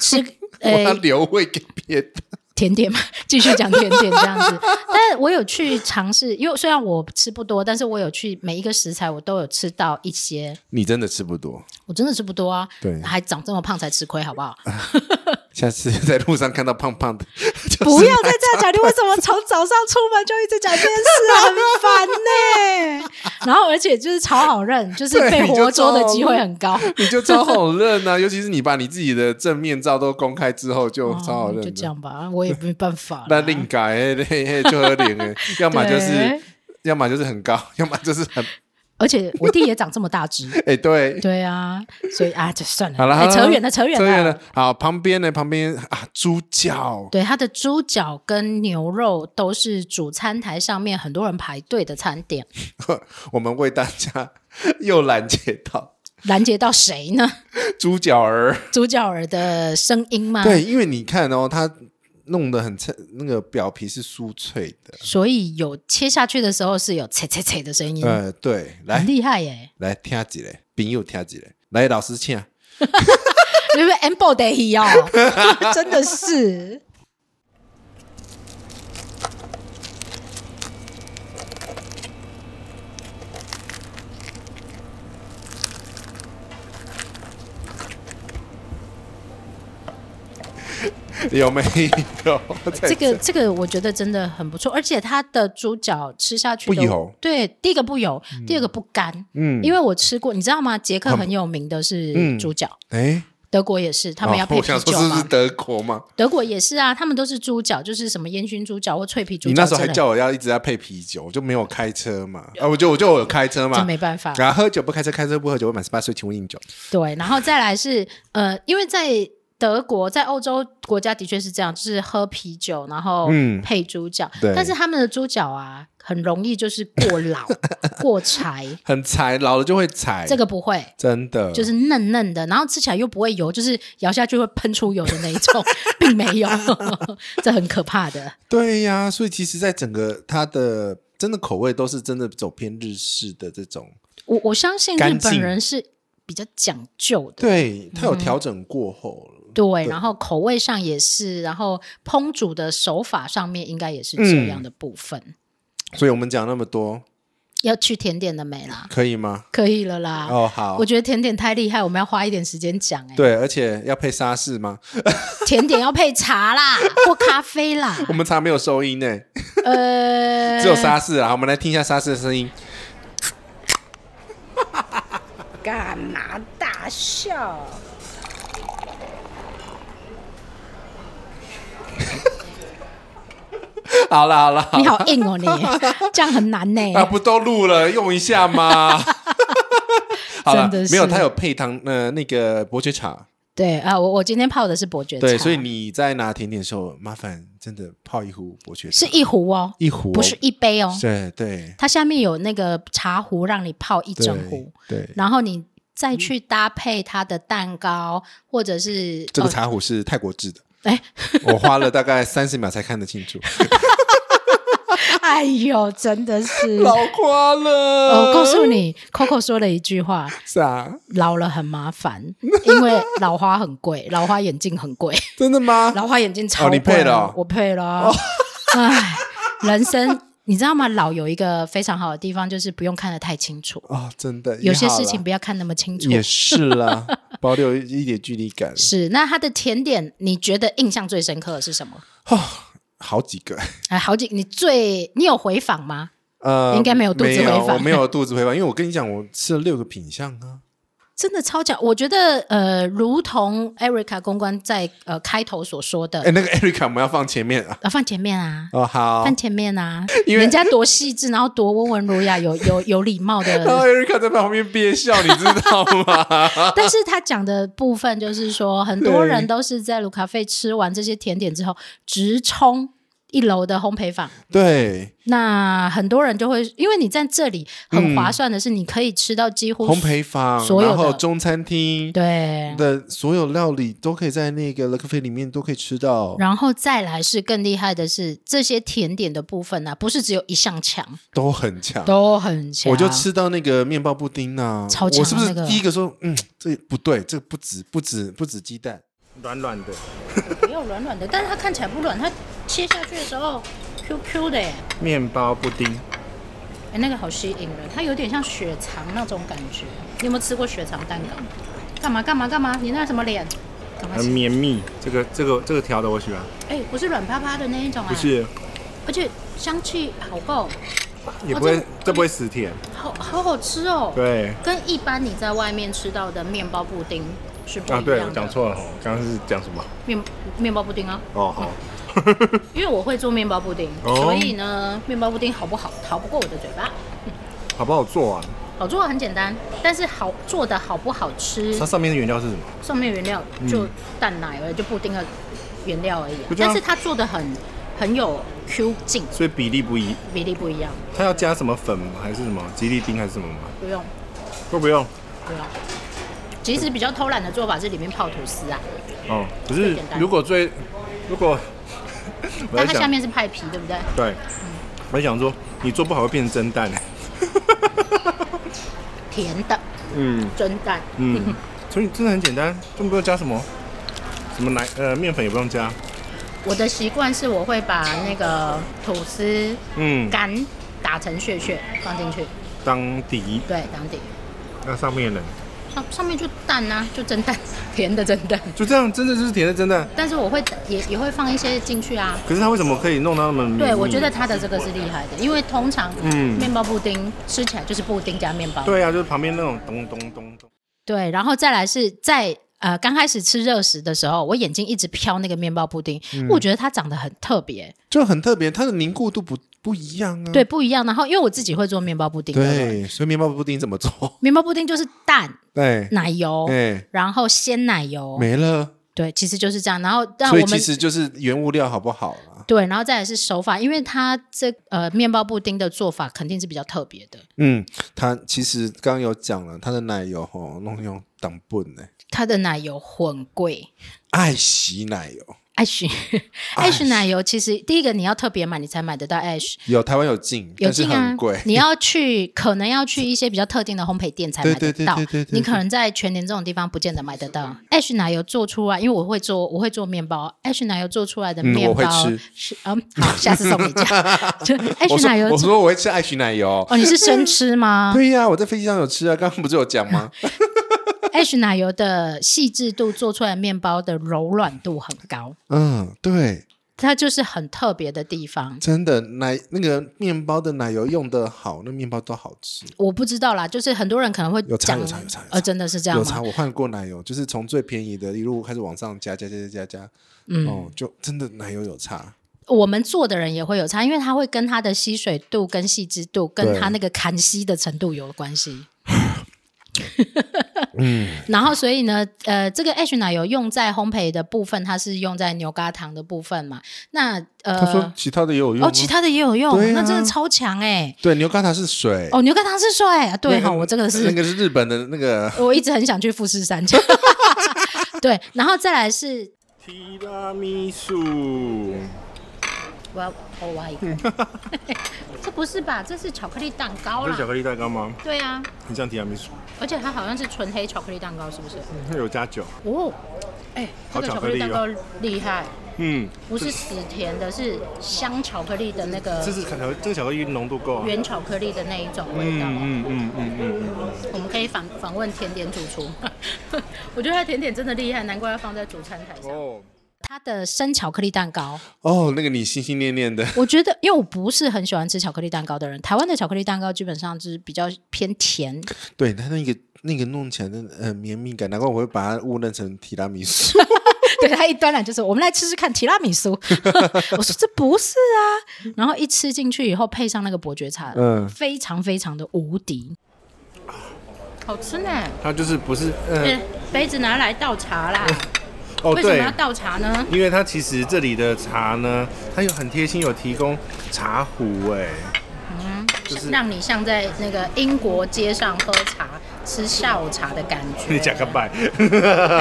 S2: 吃
S1: 我要
S2: 呃
S1: 留位给别的。
S2: 甜点嘛， 继续讲甜点这样子。但我有去尝试，因为虽然我吃不多，但是我有去每一个食材我都有吃到一些。
S1: 你真的吃不多，
S2: 我真的吃不多啊，
S1: 对
S2: 还长这么胖才吃亏，好不好？
S1: 下次在路上看到胖胖的， 就是
S2: 不要再这样讲，你为什么从早上出门就一直讲这件事 啊？很烦呢、然后而且就是超好认，就是
S1: 对
S2: 被
S1: 你就
S2: 活捉的机
S1: 超好
S2: 会
S1: 认
S2: 很高。
S1: 你就超好认啊！尤其是你把你自己的正面照都公开之后，就超好认
S2: 哦
S1: 的。
S2: 就这样吧，我也没办法啦。啊
S1: 那另改嘿嘿嘿就喝脸 哎，要么就是
S2: 对，
S1: 要么就是很高，要么就是很
S2: 而且我弟也长这么大只，
S1: 哎、对，
S2: 对啊，所以啊，就算了，
S1: 好了
S2: 哎
S1: 好了
S2: 扯远了，扯远
S1: 这个呢，好，旁边呢，旁边啊，猪脚，
S2: 对，它的猪脚跟牛肉都是主餐台上面很多人排队的餐点，
S1: 我们为大家 又拦截到
S2: 拦截到谁呢？
S1: 猪脚儿。
S2: 猪脚儿的声音吗？，
S1: 对，因为你看哦，它弄得很脆，那个表皮是酥脆的。
S2: 所以有切下去的时候是有切切切的声音，
S1: 呃，对，
S2: 很
S1: 来
S2: 厉害耶！
S1: 来听几嘞，朋友听几嘞，来老师请。
S2: 因为 M b o d y 一样， 真的是。
S1: 有没有？
S2: 这个这个我觉得真的很不错，而且它的猪脚吃下去的
S1: 不油
S2: 对，第一个不油，第二个不干，嗯，因为我吃过，你知道吗？捷克很有名的是
S1: 嗯
S2: 猪脚，
S1: 哎，
S2: 德国也是，他们要
S1: 哦
S2: 配
S1: 我
S2: 啤
S1: 想说
S2: 酒
S1: 是不
S2: 嘛，
S1: 是德国嘛？
S2: 德国也是啊，他们都是猪脚，就是什么烟熏猪脚或脆皮猪脚，
S1: 你那时候还
S2: 真的
S1: 叫我要一直在配啤酒，我就没有开车嘛？啊，我就我就有开车嘛
S2: 真，没办法，
S1: 然后喝酒不开车，开车不喝酒。我满十八岁，请勿饮酒。
S2: 对，然后再来是呃，因为在德国，在欧洲国家的确是这样，就是喝啤酒，然后
S1: 嗯
S2: 配猪脚，
S1: 对
S2: 但是他们的猪脚啊，很容易就是过 老过柴，
S1: 很柴，老了就会柴，
S2: 这个不会。
S1: 真的
S2: 就是嫩嫩的，然后吃起来又不会油，就是咬下去会喷出油的那一 种，并没有， 这很可怕的。
S1: 对呀、所以其实，在整个它的真的口味都是真的走偏日式的这种，
S2: 我我相信日
S1: 干
S2: 本
S1: 净
S2: 人是比较讲究的，
S1: 对，它
S2: 嗯
S1: 有调整过后了。
S2: 对，然后口味上也是，然后烹煮的手法上面应该也是
S1: 嗯
S2: 这样的部分。
S1: 所以我们讲那么多，
S2: 要去甜点的美啦，
S1: 可以吗？
S2: 可以了啦。
S1: 哦，好
S2: 我，觉得甜点太厉害，我们要花一点时间讲哎、
S1: 对，而且要配沙士吗？
S2: 甜点要配 茶啦，或咖啡啦。
S1: 我们茶没有收音呢、
S2: 呃，
S1: 只有沙士啊。我们来听一下沙士的声音。
S7: 干嘛大笑？
S1: 好啦好啦，好
S2: 你
S1: 啦
S2: 好硬 哦你，这样很难呢、
S1: 啊，不都录了，用一下嘛。 好了
S2: 真的，是
S1: 没有，它有配糖，呃，那个伯爵茶。
S2: 对啊，我我今天泡的是伯爵茶，
S1: 对，所以你在拿甜点的时候，麻烦真的泡一壶伯爵茶，
S2: 是一壶哦，
S1: 一壶哦、
S2: 不是一杯哦，
S1: 对对
S2: 它下面有那个茶壶让你泡一
S1: 对
S2: 整壶，
S1: 对。
S2: 然后你再去搭配它的蛋糕或者是
S1: 这个
S2: 呃
S1: 茶壶是泰国制的，
S2: 哎，
S1: 我花了大概三十秒才看得清楚，
S2: 哎呦，真的是。
S1: 老花了。
S2: 哦我 告诉你，Coco 说了一句话：
S1: 是啊，
S2: 老了很麻烦，因为老花很贵， 老花眼镜很贵，
S1: 真的吗？
S2: 老花眼镜超
S1: 哦
S2: 贵、
S1: 你配了哦
S2: 我配了啊。哎，人生你知道吗？老有一个非常好的地方，就是不用看得太清楚，
S1: 哦，真的，
S2: 有些
S1: 也好啦
S2: 事情不要看那么清楚。
S1: 也是 啦，保留一点距离感。
S2: 是，那它的甜点，你觉得印象最深刻的是什么？
S1: 好几个，
S2: 哎，好几，你最你有回访吗？
S1: 呃，
S2: 应该没有肚子
S1: 没有
S2: 回返
S1: 我没有肚子回返，因为我跟你讲，我吃了六个品相 啊。
S2: 真的超强，我觉得呃，如同 Erica 公关在呃开头所说的，
S1: 哎，那个 Erica 我们要放前面啊。
S2: 啊，放前面啊，
S1: 哦，好。
S2: 放前面啊，
S1: 因为
S2: 人家多细致，然后多温文儒雅，有 有有礼貌
S1: 然后
S2: 的。
S1: 哦 Erica 在旁边憋笑，你知道 吗？
S2: 但是他讲的部分就是说，很多人都是在卢卡费吃完这些甜点之后，直冲一楼的烘焙坊。
S1: 对，
S2: 那很多人就会，因为你在这里很划算的是，你可以吃到几乎
S1: 嗯烘焙坊，
S2: 所有的
S1: 然后中餐厅
S2: 对，
S1: 的所有料理都可以在那个 l 克菲里面都可以吃到，
S2: 然后再来是更厉害的是这些甜点的部分呢、啊，不是只有一项强，
S1: 都很强。
S2: 都很强。
S1: 我就吃到那个面包布丁呐、
S2: 超强
S1: 我是不是
S2: 那个
S1: 第一个说，嗯，这不对，这个不止不止不止鸡蛋，
S6: 软软的，
S2: 没有软软的，但是它看起来不软，它切下去的时候 QQ 的耶，
S6: 面包布丁，
S2: 哎，那个好吸引人，它有点像血肠那种感觉。你有没有吃过血肠蛋糕？干嘛干嘛干嘛？你那什么脸？赶快
S6: 很
S2: 吃！
S6: 呃绵密。这个这个这个调的我喜欢，
S2: 哎、不是软趴趴的那一种啊，
S6: 不，是
S2: 而且香气好够，
S6: 也不会
S2: 哦这
S6: 这不会死甜，
S2: 好好好吃哦。
S6: 对。
S2: 跟一般你在外面吃到的面包布丁是不哦一
S6: 啊，
S2: 样
S6: 对，
S2: 的。
S6: 我讲错了，刚刚是讲什么？
S2: 面面包布丁啊，
S6: 哦，好，
S2: 因为我会做面包布丁，
S6: 哦
S2: 所以呢，面包布丁好不好逃不过我的嘴巴。
S6: 好不好做啊？
S2: 好做很简单，但是好做的好不好吃
S6: 它，上面的原料是什么？
S2: 上面原料就蛋奶而已，就布丁的原料而已啊、
S6: 嗯不知道
S2: 但是它做的很很有 Q 劲，
S6: 所以比例不一，
S2: 比例不一样，
S6: 它要加什么粉吗还是什么吉利丁还是什么吗？
S2: 不用
S6: 都不用
S2: 不用。其实比较偷懒的做法是里面泡吐司啊，
S6: 哦。可是
S2: 最简单
S6: 如果最如果 我
S2: 但
S6: 在
S2: 它下
S6: 想，
S2: 面是嗯派皮，对不对？
S6: 对，我在想说你做不好会变成蒸蛋。
S2: 甜的
S6: 嗯
S2: 蒸蛋，
S6: 嗯，所以真的很简单，就不用加什么什么奶呃面粉也不用加。
S2: 我的习惯是我会把那个吐司
S6: 嗯，
S2: 干打成屑屑放进去，
S6: 当底
S2: 对，当底
S6: 那上面呢？
S2: 上上面就蛋啊，就蒸蛋， 甜的蒸蛋。
S6: 就这样，真的就是甜的蒸蛋。
S2: 但是我会也也会放一些进去啊。
S6: 可是它为什么可以弄到那么
S1: 嗯
S6: 绵密
S2: 对，我觉得它的这个是厉害的，因为通常
S6: 嗯
S2: 面包布丁吃起来就是布丁加面包。
S6: 对啊，就是旁边那种咚咚咚咚。
S2: 对，然后再来是在呃刚开始吃热食的时候，我眼睛一直瞟那个面包布丁，
S1: 嗯
S2: 我觉得它长得很特别，
S1: 就很特别，它的凝固度不不一样啊。
S2: 对，不一样。然后因为我自己会做面包布丁，对，
S1: 对，所以面包布丁怎么做？
S2: 面包布丁就是蛋、
S1: 对，
S2: 奶油，
S1: 哎，
S2: 然后鲜奶油，
S1: 没了。
S2: 对，其实就是这样。然后但
S1: 所以
S2: 我
S1: 其
S2: 们
S1: 实就是原物料好不好啦？
S2: 对，然后再来是手法，因为它这呃面包布丁的做法肯定是比较特别的，
S1: 嗯，它其实刚刚有讲了，它的奶油吼弄用挡笨呢，
S2: 它的奶油很贵。
S1: 爱洗奶油。
S2: Ash Ash 奶油其实第一个你要特别买，你才买得到 Ash，
S1: 有台湾有进，
S2: 有
S1: 但是
S2: 进啊
S1: 很贵，。
S2: 你要去可能要去一些比较特定的烘焙店才买得
S1: 对对对
S2: 到
S1: 对对对，对
S2: 你可能在全年这种地方不见得买得到。Ash 奶油做出来，因为我会做，我会做面包，Ash 奶油做出来的
S1: 嗯
S2: 面
S1: 我会
S2: 包
S1: 吃
S2: 是嗯好，下次送你一家。 就
S1: 我
S2: Ash
S1: 说
S2: 奶油
S1: 我说我会吃啊爱许奶油。
S2: 哦，你是生吃 吗？
S1: 对呀、我在飞机上有吃啊， 刚刚不是有讲吗？
S2: H 奶油的细致度做出来的面包的柔软度很高，
S1: 嗯，对，
S2: 它就是很特别的地方。
S1: 真的奶那个面包的奶油用的好，那面包都好吃。
S2: 我不知道啦，就是很多人可能会
S1: 有差
S2: 讲，
S1: 有差有差有差
S2: 呃，真的是这样
S1: 有茶
S2: 吗？
S1: 我换过奶油，就是从最便宜的一路开始往上加加加加加加，
S2: 嗯，
S1: 哦，就真的奶油有差。
S2: 我们做的人也会有差，因为它会跟它的吸水度、跟细致度、跟
S1: 对
S2: 它那个砍吸的程度有关系。嗯， 然后所以呢，呃，这个 H 奶油用在烘焙的部分，它是用在牛轧糖的部分嘛？那呃，
S1: 他说其他的也有用、
S2: 哦，其他的也有用，
S1: 对啊
S2: 那真的超强哎、
S1: 对牛轧糖是水，
S2: 哦，牛轧糖是帅啊！对
S1: 那个
S2: 哈，我这个
S1: 那
S2: 是，
S1: 个是日本的那个
S2: 我一直很想去富 士山。 对，然后再来是，
S6: 提拉米苏，
S2: 我要我挖一个， 这不是吧？这是巧克力蛋糕
S6: 这是巧
S2: 啦。
S6: 克力蛋糕吗？
S2: 对啊，
S6: 很像提拉米苏，
S2: 而且它好像是纯黑巧克力蛋糕，是不是？
S6: 有加酒。
S2: 哦，哎，这
S6: 嗯好
S2: 个
S6: 巧
S2: 巧
S6: 克
S2: 克
S6: 力
S2: 力
S6: 哦
S2: 蛋糕厉害，
S6: 嗯，
S2: 不是死甜的，是香巧克力的那
S6: 这
S2: 个
S6: 是巧克这个巧克力浓度够啊。
S2: 原巧克力的那一种味道。
S6: 嗯嗯嗯嗯嗯嗯，
S2: 我们可以访访问甜点主厨， 我觉得他甜点真的厉害，难怪要放在主餐台上。
S6: 哦，
S2: 它的生巧克力蛋糕。
S1: 哦，那个你心心念念的，
S2: 我觉得，因为我不是很喜欢吃巧克力蛋糕的人，台湾的巧克力蛋糕基本上就是比较偏甜。
S1: 对它那个那个弄起来的呃绵密感，难怪我会把它误认成提拉米苏。
S2: 对他一端来就是，我们来吃吃看提拉米 苏。我说这不是啊，然后一吃进去以后，配上那个伯爵茶，
S1: 嗯
S2: 非常非常的无敌，好吃呢。
S6: 它就是不是
S2: 对
S6: 嗯，
S2: 杯子拿来倒茶啦，
S6: 哦
S2: 为什么
S6: 对
S2: 要，倒茶呢？
S6: 因为它其实这里的茶呢，它有很贴心有提供茶壶哎， 就是
S2: 让你像在那个英国街上喝茶、吃下午茶的感觉。
S6: 你讲个 拜。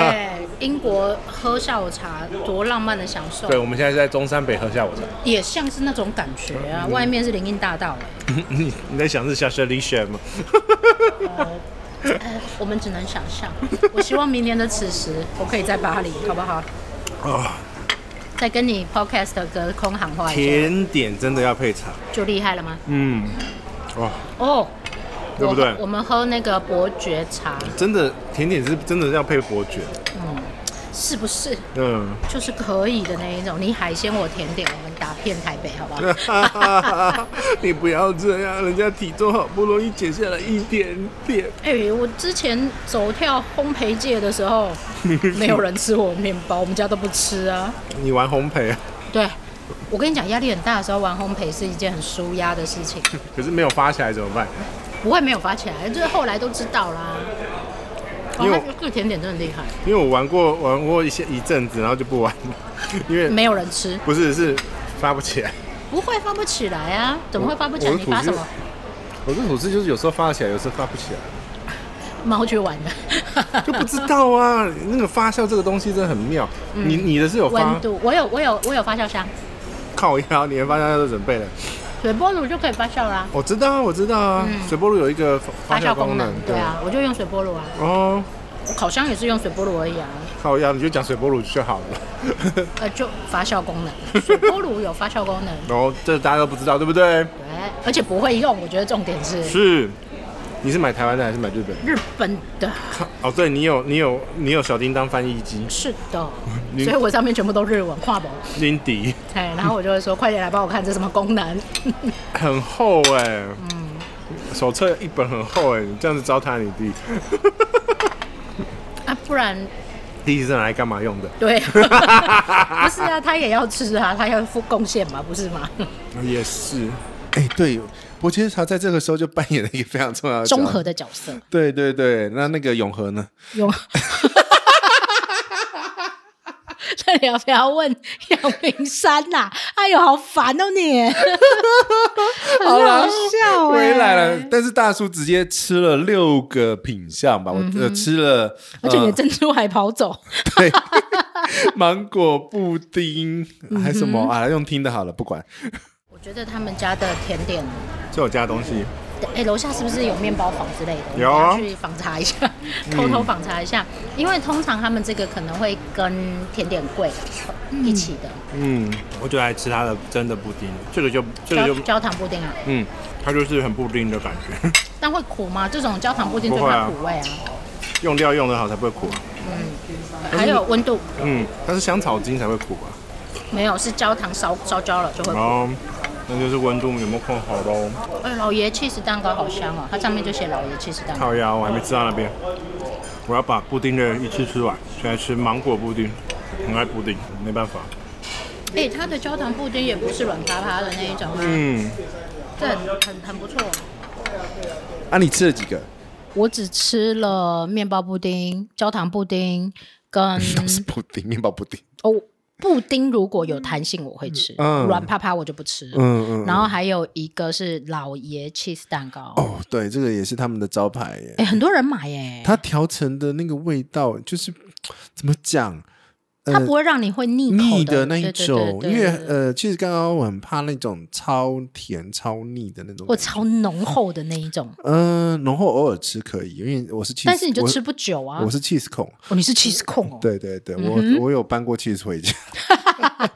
S2: 哎，英国喝下午茶多浪漫的享受
S6: 对，，我们现在是在中山北喝下午茶。
S2: 也像是那种感觉啊。
S6: 嗯
S2: 外面是林荫大道、
S6: 你你在想是下雪里雪吗？
S2: 哎哎我们只能想象。我希望明年的此时，我可以在巴黎，好不好？
S6: 啊，
S2: 在跟你 podcast 隔空喊话一下，
S6: 甜点真的要配茶，
S2: 就厉害了吗？
S6: 哎嗯，哇，
S2: 哦，
S6: 对不
S2: 我
S6: 对
S2: 我们喝那个伯爵茶，
S6: 真的甜点是真的要配伯爵，
S2: 是不是
S6: 嗯，
S2: 就是可以的那一种？你海鲜我甜点，我们打遍台北，好不 好？
S6: 你不要这样，人家体重好不容易减下来一点点，
S2: 哎、我之前走跳烘焙界的时 候，没有人吃我面包，我们家都不吃啊。
S6: 你玩烘焙啊，
S2: 对，我跟你讲，压力很大的时候玩烘焙是一件很舒压的事情，
S6: 可是没有发起来怎么办？
S2: 不会没有发起来，就是后来都知道啦。哦，
S6: 因为
S2: 他
S6: 我
S2: 这个甜点真的厉害，
S6: 因为我玩过玩过一些一阵子，然后就不玩了， 因为
S2: 没有人吃，
S6: 不是是发不起来。
S2: 不会发不起来啊？怎么会发不起
S6: 我
S2: 来？
S6: 我的
S2: 你
S6: 吐
S2: 发
S6: 司
S2: 什么？
S6: 我这吐司就是有时候发得起来，有时候发不起来，
S2: 猫去玩的，
S6: 就不知道啊。那个发酵这个东西真的很妙，你你的是有 发
S2: 温度。我有我有我有发酵箱，
S6: 靠腰，你的发酵都准备了。
S2: 水波炉就可以发酵啦。
S6: 我知道啊，我知道啊，水波炉有一个
S2: 发
S6: 发
S2: 酵
S6: 酵
S2: 功
S6: 功
S2: 能
S6: 能，，
S2: 对啊，我就用水波炉啊，
S6: 哦，
S2: 我烤箱也是用水波炉而已啊，
S6: 靠腰你就讲水波炉就好了。
S2: 呃，就发酵功能， 水波炉有发酵功能，
S6: 然后这大家都不知道，对不对？
S2: 对，而且不会用，我觉得重点是
S6: 是。你是买台湾的还是买日本的？
S2: 日本的，
S6: 哦，对你有你有你有小叮当翻译机，
S2: 是的，
S6: 你
S2: 所以我上面全部都日文跨博，
S6: 林迪
S2: 哎，然后我就会说，快点来帮我看这什么功能，
S6: 很厚哎、嗯，手册一本很厚哎、你这样子糟蹋你弟，
S2: 啊，不然
S6: 弟是拿来干嘛用的？
S2: 对，不是啊，他也要吃啊，他要付贡献嘛，不是吗？
S6: 哦也是，
S1: 哎，对，伯爵茶在这个时候就扮演了一个非常重要的角
S2: 综合。的角色，
S1: 对对对，那那个永和呢？
S2: 有。那你要不要问阳明山呐、哎呦，好烦哦你！
S1: 好了，
S7: 笑哎、
S1: 回来了。但是大叔直接吃了六个品相吧，我呃吃了，
S2: 嗯而且你的
S1: 呃
S2: 珍珠还跑走，
S1: 对，芒果布
S2: 嗯
S1: 丁还什么啊？用听的好了，不管。
S2: 我觉得他们家的甜点，
S6: 这我家东西，
S2: 哎，楼下是不是有面包房之类的？我们
S6: 有啊嗯
S2: 等一下去访查一下，偷偷访查一下，因为通常他们这个可能会跟甜点柜一起的，
S6: 嗯，我就爱吃它的真的布丁，这个就这个
S2: 焦
S6: 就，
S2: 焦糖布丁啊，
S6: 嗯，它就是很布丁的感觉，
S2: 但会苦吗？这种焦糖布丁最
S6: 不会
S2: 怕
S6: 啊
S2: 苦味啊，
S6: 用料用的好才不会苦，啊
S2: 还有温度
S6: 嗯，它是香草精才会苦啊吧，
S2: 没有，是焦糖烧烧焦了就会苦。
S6: 然后那就是温度有没有控好喽，
S2: 哎，老爷 cheese 蛋糕好香哦，它上面就写老爷 cheese 蛋糕。
S6: 靠腰我还没吃到那边，我要把布丁的一次吃完，现在吃芒果布丁，很爱布丁，没办法，
S2: 哎、它的焦糖布丁也不是软趴趴的那一种啊，
S6: 嗯，
S2: 这很很很不错。
S1: 啊，你吃了几个？
S2: 我只吃了面包布丁、焦糖布丁 跟
S1: 都是布丁，面包布丁。
S2: 哦布丁，如果有弹性我会吃，软趴趴我就不吃。
S1: 嗯嗯。
S2: 然后还有一个是老爷 cheese 蛋糕，哎、
S1: 哦，对，这个也是他们的招牌耶。
S2: 很多人买耶、
S1: 它调成的那个味道，就是怎么讲，呃
S2: 它不会让你会腻口
S1: 腻的那一
S2: 对对
S1: 种。
S2: 对对
S1: 因为
S2: 对
S1: 呃，其实刚刚我很怕那种超甜、超腻的那种
S2: 或
S1: 感觉。
S2: 超浓厚的那一种，
S1: 嗯，然后偶尔吃可以，因为我是 cheese，
S2: 但是你就
S1: 我
S2: 吃不久啊。
S1: 我是 cheese 控，
S2: 哦，你是 cheese 控哦。
S1: 对对对，我、我有搬过 cheese 回家。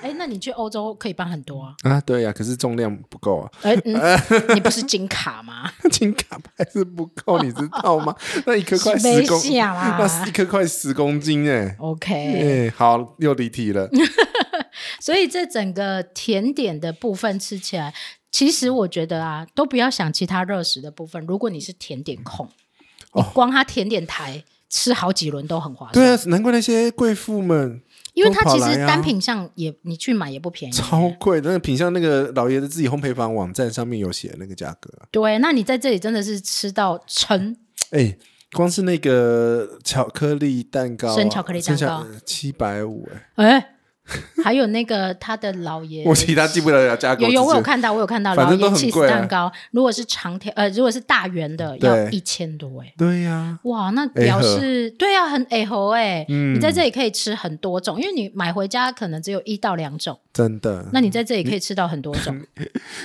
S2: 哎，那你去欧洲可以搬很 多啊。
S1: 啊，对呀、可是重量不够啊，
S2: 哎，嗯，你不是金卡吗？
S1: 金卡还是不够，你知道吗？那一颗快十
S2: 没
S1: 公，
S2: 下啦
S1: 那是一颗快十公斤哎、欸。哎、
S2: OK，
S1: 好，又离题 了。
S2: 所以这整个甜点的部分吃起来，其实我觉得啊，都不要想其他热食的部分。如果你是甜点控，你光它甜点台吃好几轮都很划算。
S1: 哦对啊，难怪那些贵妇们
S2: 因为它其
S1: 都跑
S2: 实
S1: 来啊
S2: 单品上也你去买也不便宜。
S1: 超贵，那个品相那个老爷的自己烘焙坊网站上面有写那个价格。
S2: 对，那你在这里真的是吃到撑，
S1: 哎、光是那个巧克力蛋糕啊、
S2: 生巧克力蛋糕
S1: 七百五哎，
S2: 哎， 还有那个他的老爷，
S1: 我其他记不了了价格。
S2: 有有，
S1: 只
S2: 我
S1: 是
S2: 有看到，我有看到
S1: 反
S2: 老
S1: 正都
S2: 爷
S1: 很
S2: 起司
S1: 贵啊
S2: 蛋糕，如果是长条，呃，如果是大圆的，
S1: 对
S2: 要一千多哎。
S1: 对呀、
S2: 哇，那
S1: 欸
S2: 表
S1: 呵嗯
S2: 示对啊，很 A 猴哎，你在这里可以吃很多种，因为你买回家可能只有一到两种，
S1: 真的。
S2: 那你在这里可以吃到很多种。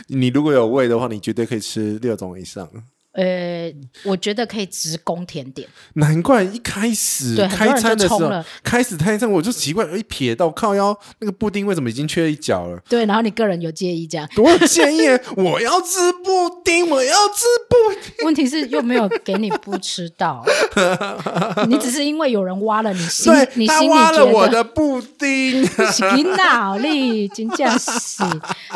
S1: 你如果有胃的话，你绝对可以吃六种以上。
S2: 呃，我觉得可以直攻甜点，
S1: 难怪一开始
S2: 对很多
S1: 开
S2: 人
S1: 餐的时
S2: 就冲
S1: 候
S2: 了，
S1: 开始开餐我就奇怪，哎，撇到靠腰那个布丁为什么已经缺一角了？
S2: 对，然后你个人有介意这样，
S1: 我有建 议，我要吃布丁，我要吃布丁。
S2: 问题是又没有给你不吃 到，你只是因为有人挖了你心，你
S1: 对，他
S2: 心里
S1: 挖
S2: 觉
S1: 了我
S2: 得。
S1: 的布丁。
S2: 洗脑力，真这是，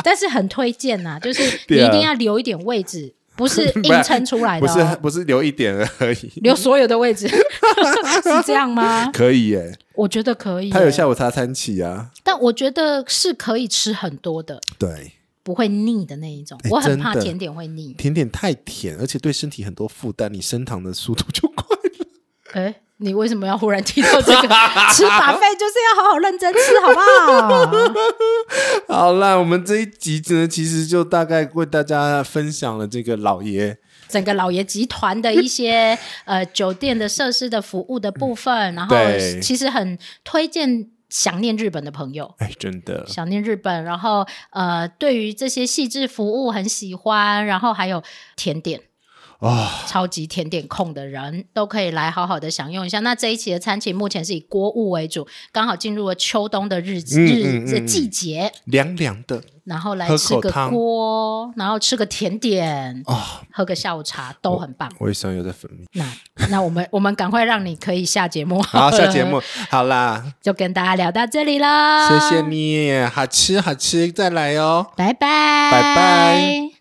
S2: 但是很推荐 呐、就是你
S1: 对啊
S2: 一定要留一点位置，不是硬撑出 来
S1: 不
S2: 的、
S1: 是
S2: 哦，
S1: 不是留一点而已，
S2: 留所有的位置， 是这样吗？
S1: 可以耶。
S2: 我觉得可以、欸
S1: 他有下午茶餐起啊，
S2: 但我觉得是可以吃很多的，
S1: 对，
S2: 不会腻的那一种。
S1: 哎
S2: 我很怕
S1: 真的
S2: 甜点会腻。
S1: 甜点太甜，而且对身体很多负担，你升糖的速度就快了。
S2: 哎，你为什么要忽然提到这个？ 吃把费就是要好好认真吃，好不好？
S1: 好啦，我们这一集呢，其实就大概为大家分享了这个老爷
S2: 整个老爷集团的一些呃酒店的设施的服务的部分，然
S1: 嗯
S2: 后
S1: 对
S2: 其实很推荐想念日本的朋友。
S1: 哎，真的，
S2: 想念日本，然后呃，对于这些细致服务很喜欢，然后还有甜点
S1: 啊
S2: 超级甜点控的人都可以来好好的享用一下。那这一期的餐请目前是以锅物为主，刚好进入了秋冬的日子
S1: 嗯
S2: 日、
S1: 嗯嗯
S2: 季节，
S1: 凉凉的
S2: 然后来
S1: 喝
S2: 吃
S1: 口
S2: 个
S1: 汤
S2: 锅，然后吃个甜点，
S1: 啊，
S2: 喝个下午茶，都很棒。
S1: 胃酸又在分泌。
S2: 那那我们我们赶快让你可以下节目
S1: 好，下
S2: 了
S1: 节目好啦，
S2: 就跟大家聊到这里啦，
S1: 谢谢，你，好吃好吃，再来哦。
S2: 拜拜，
S1: 拜拜。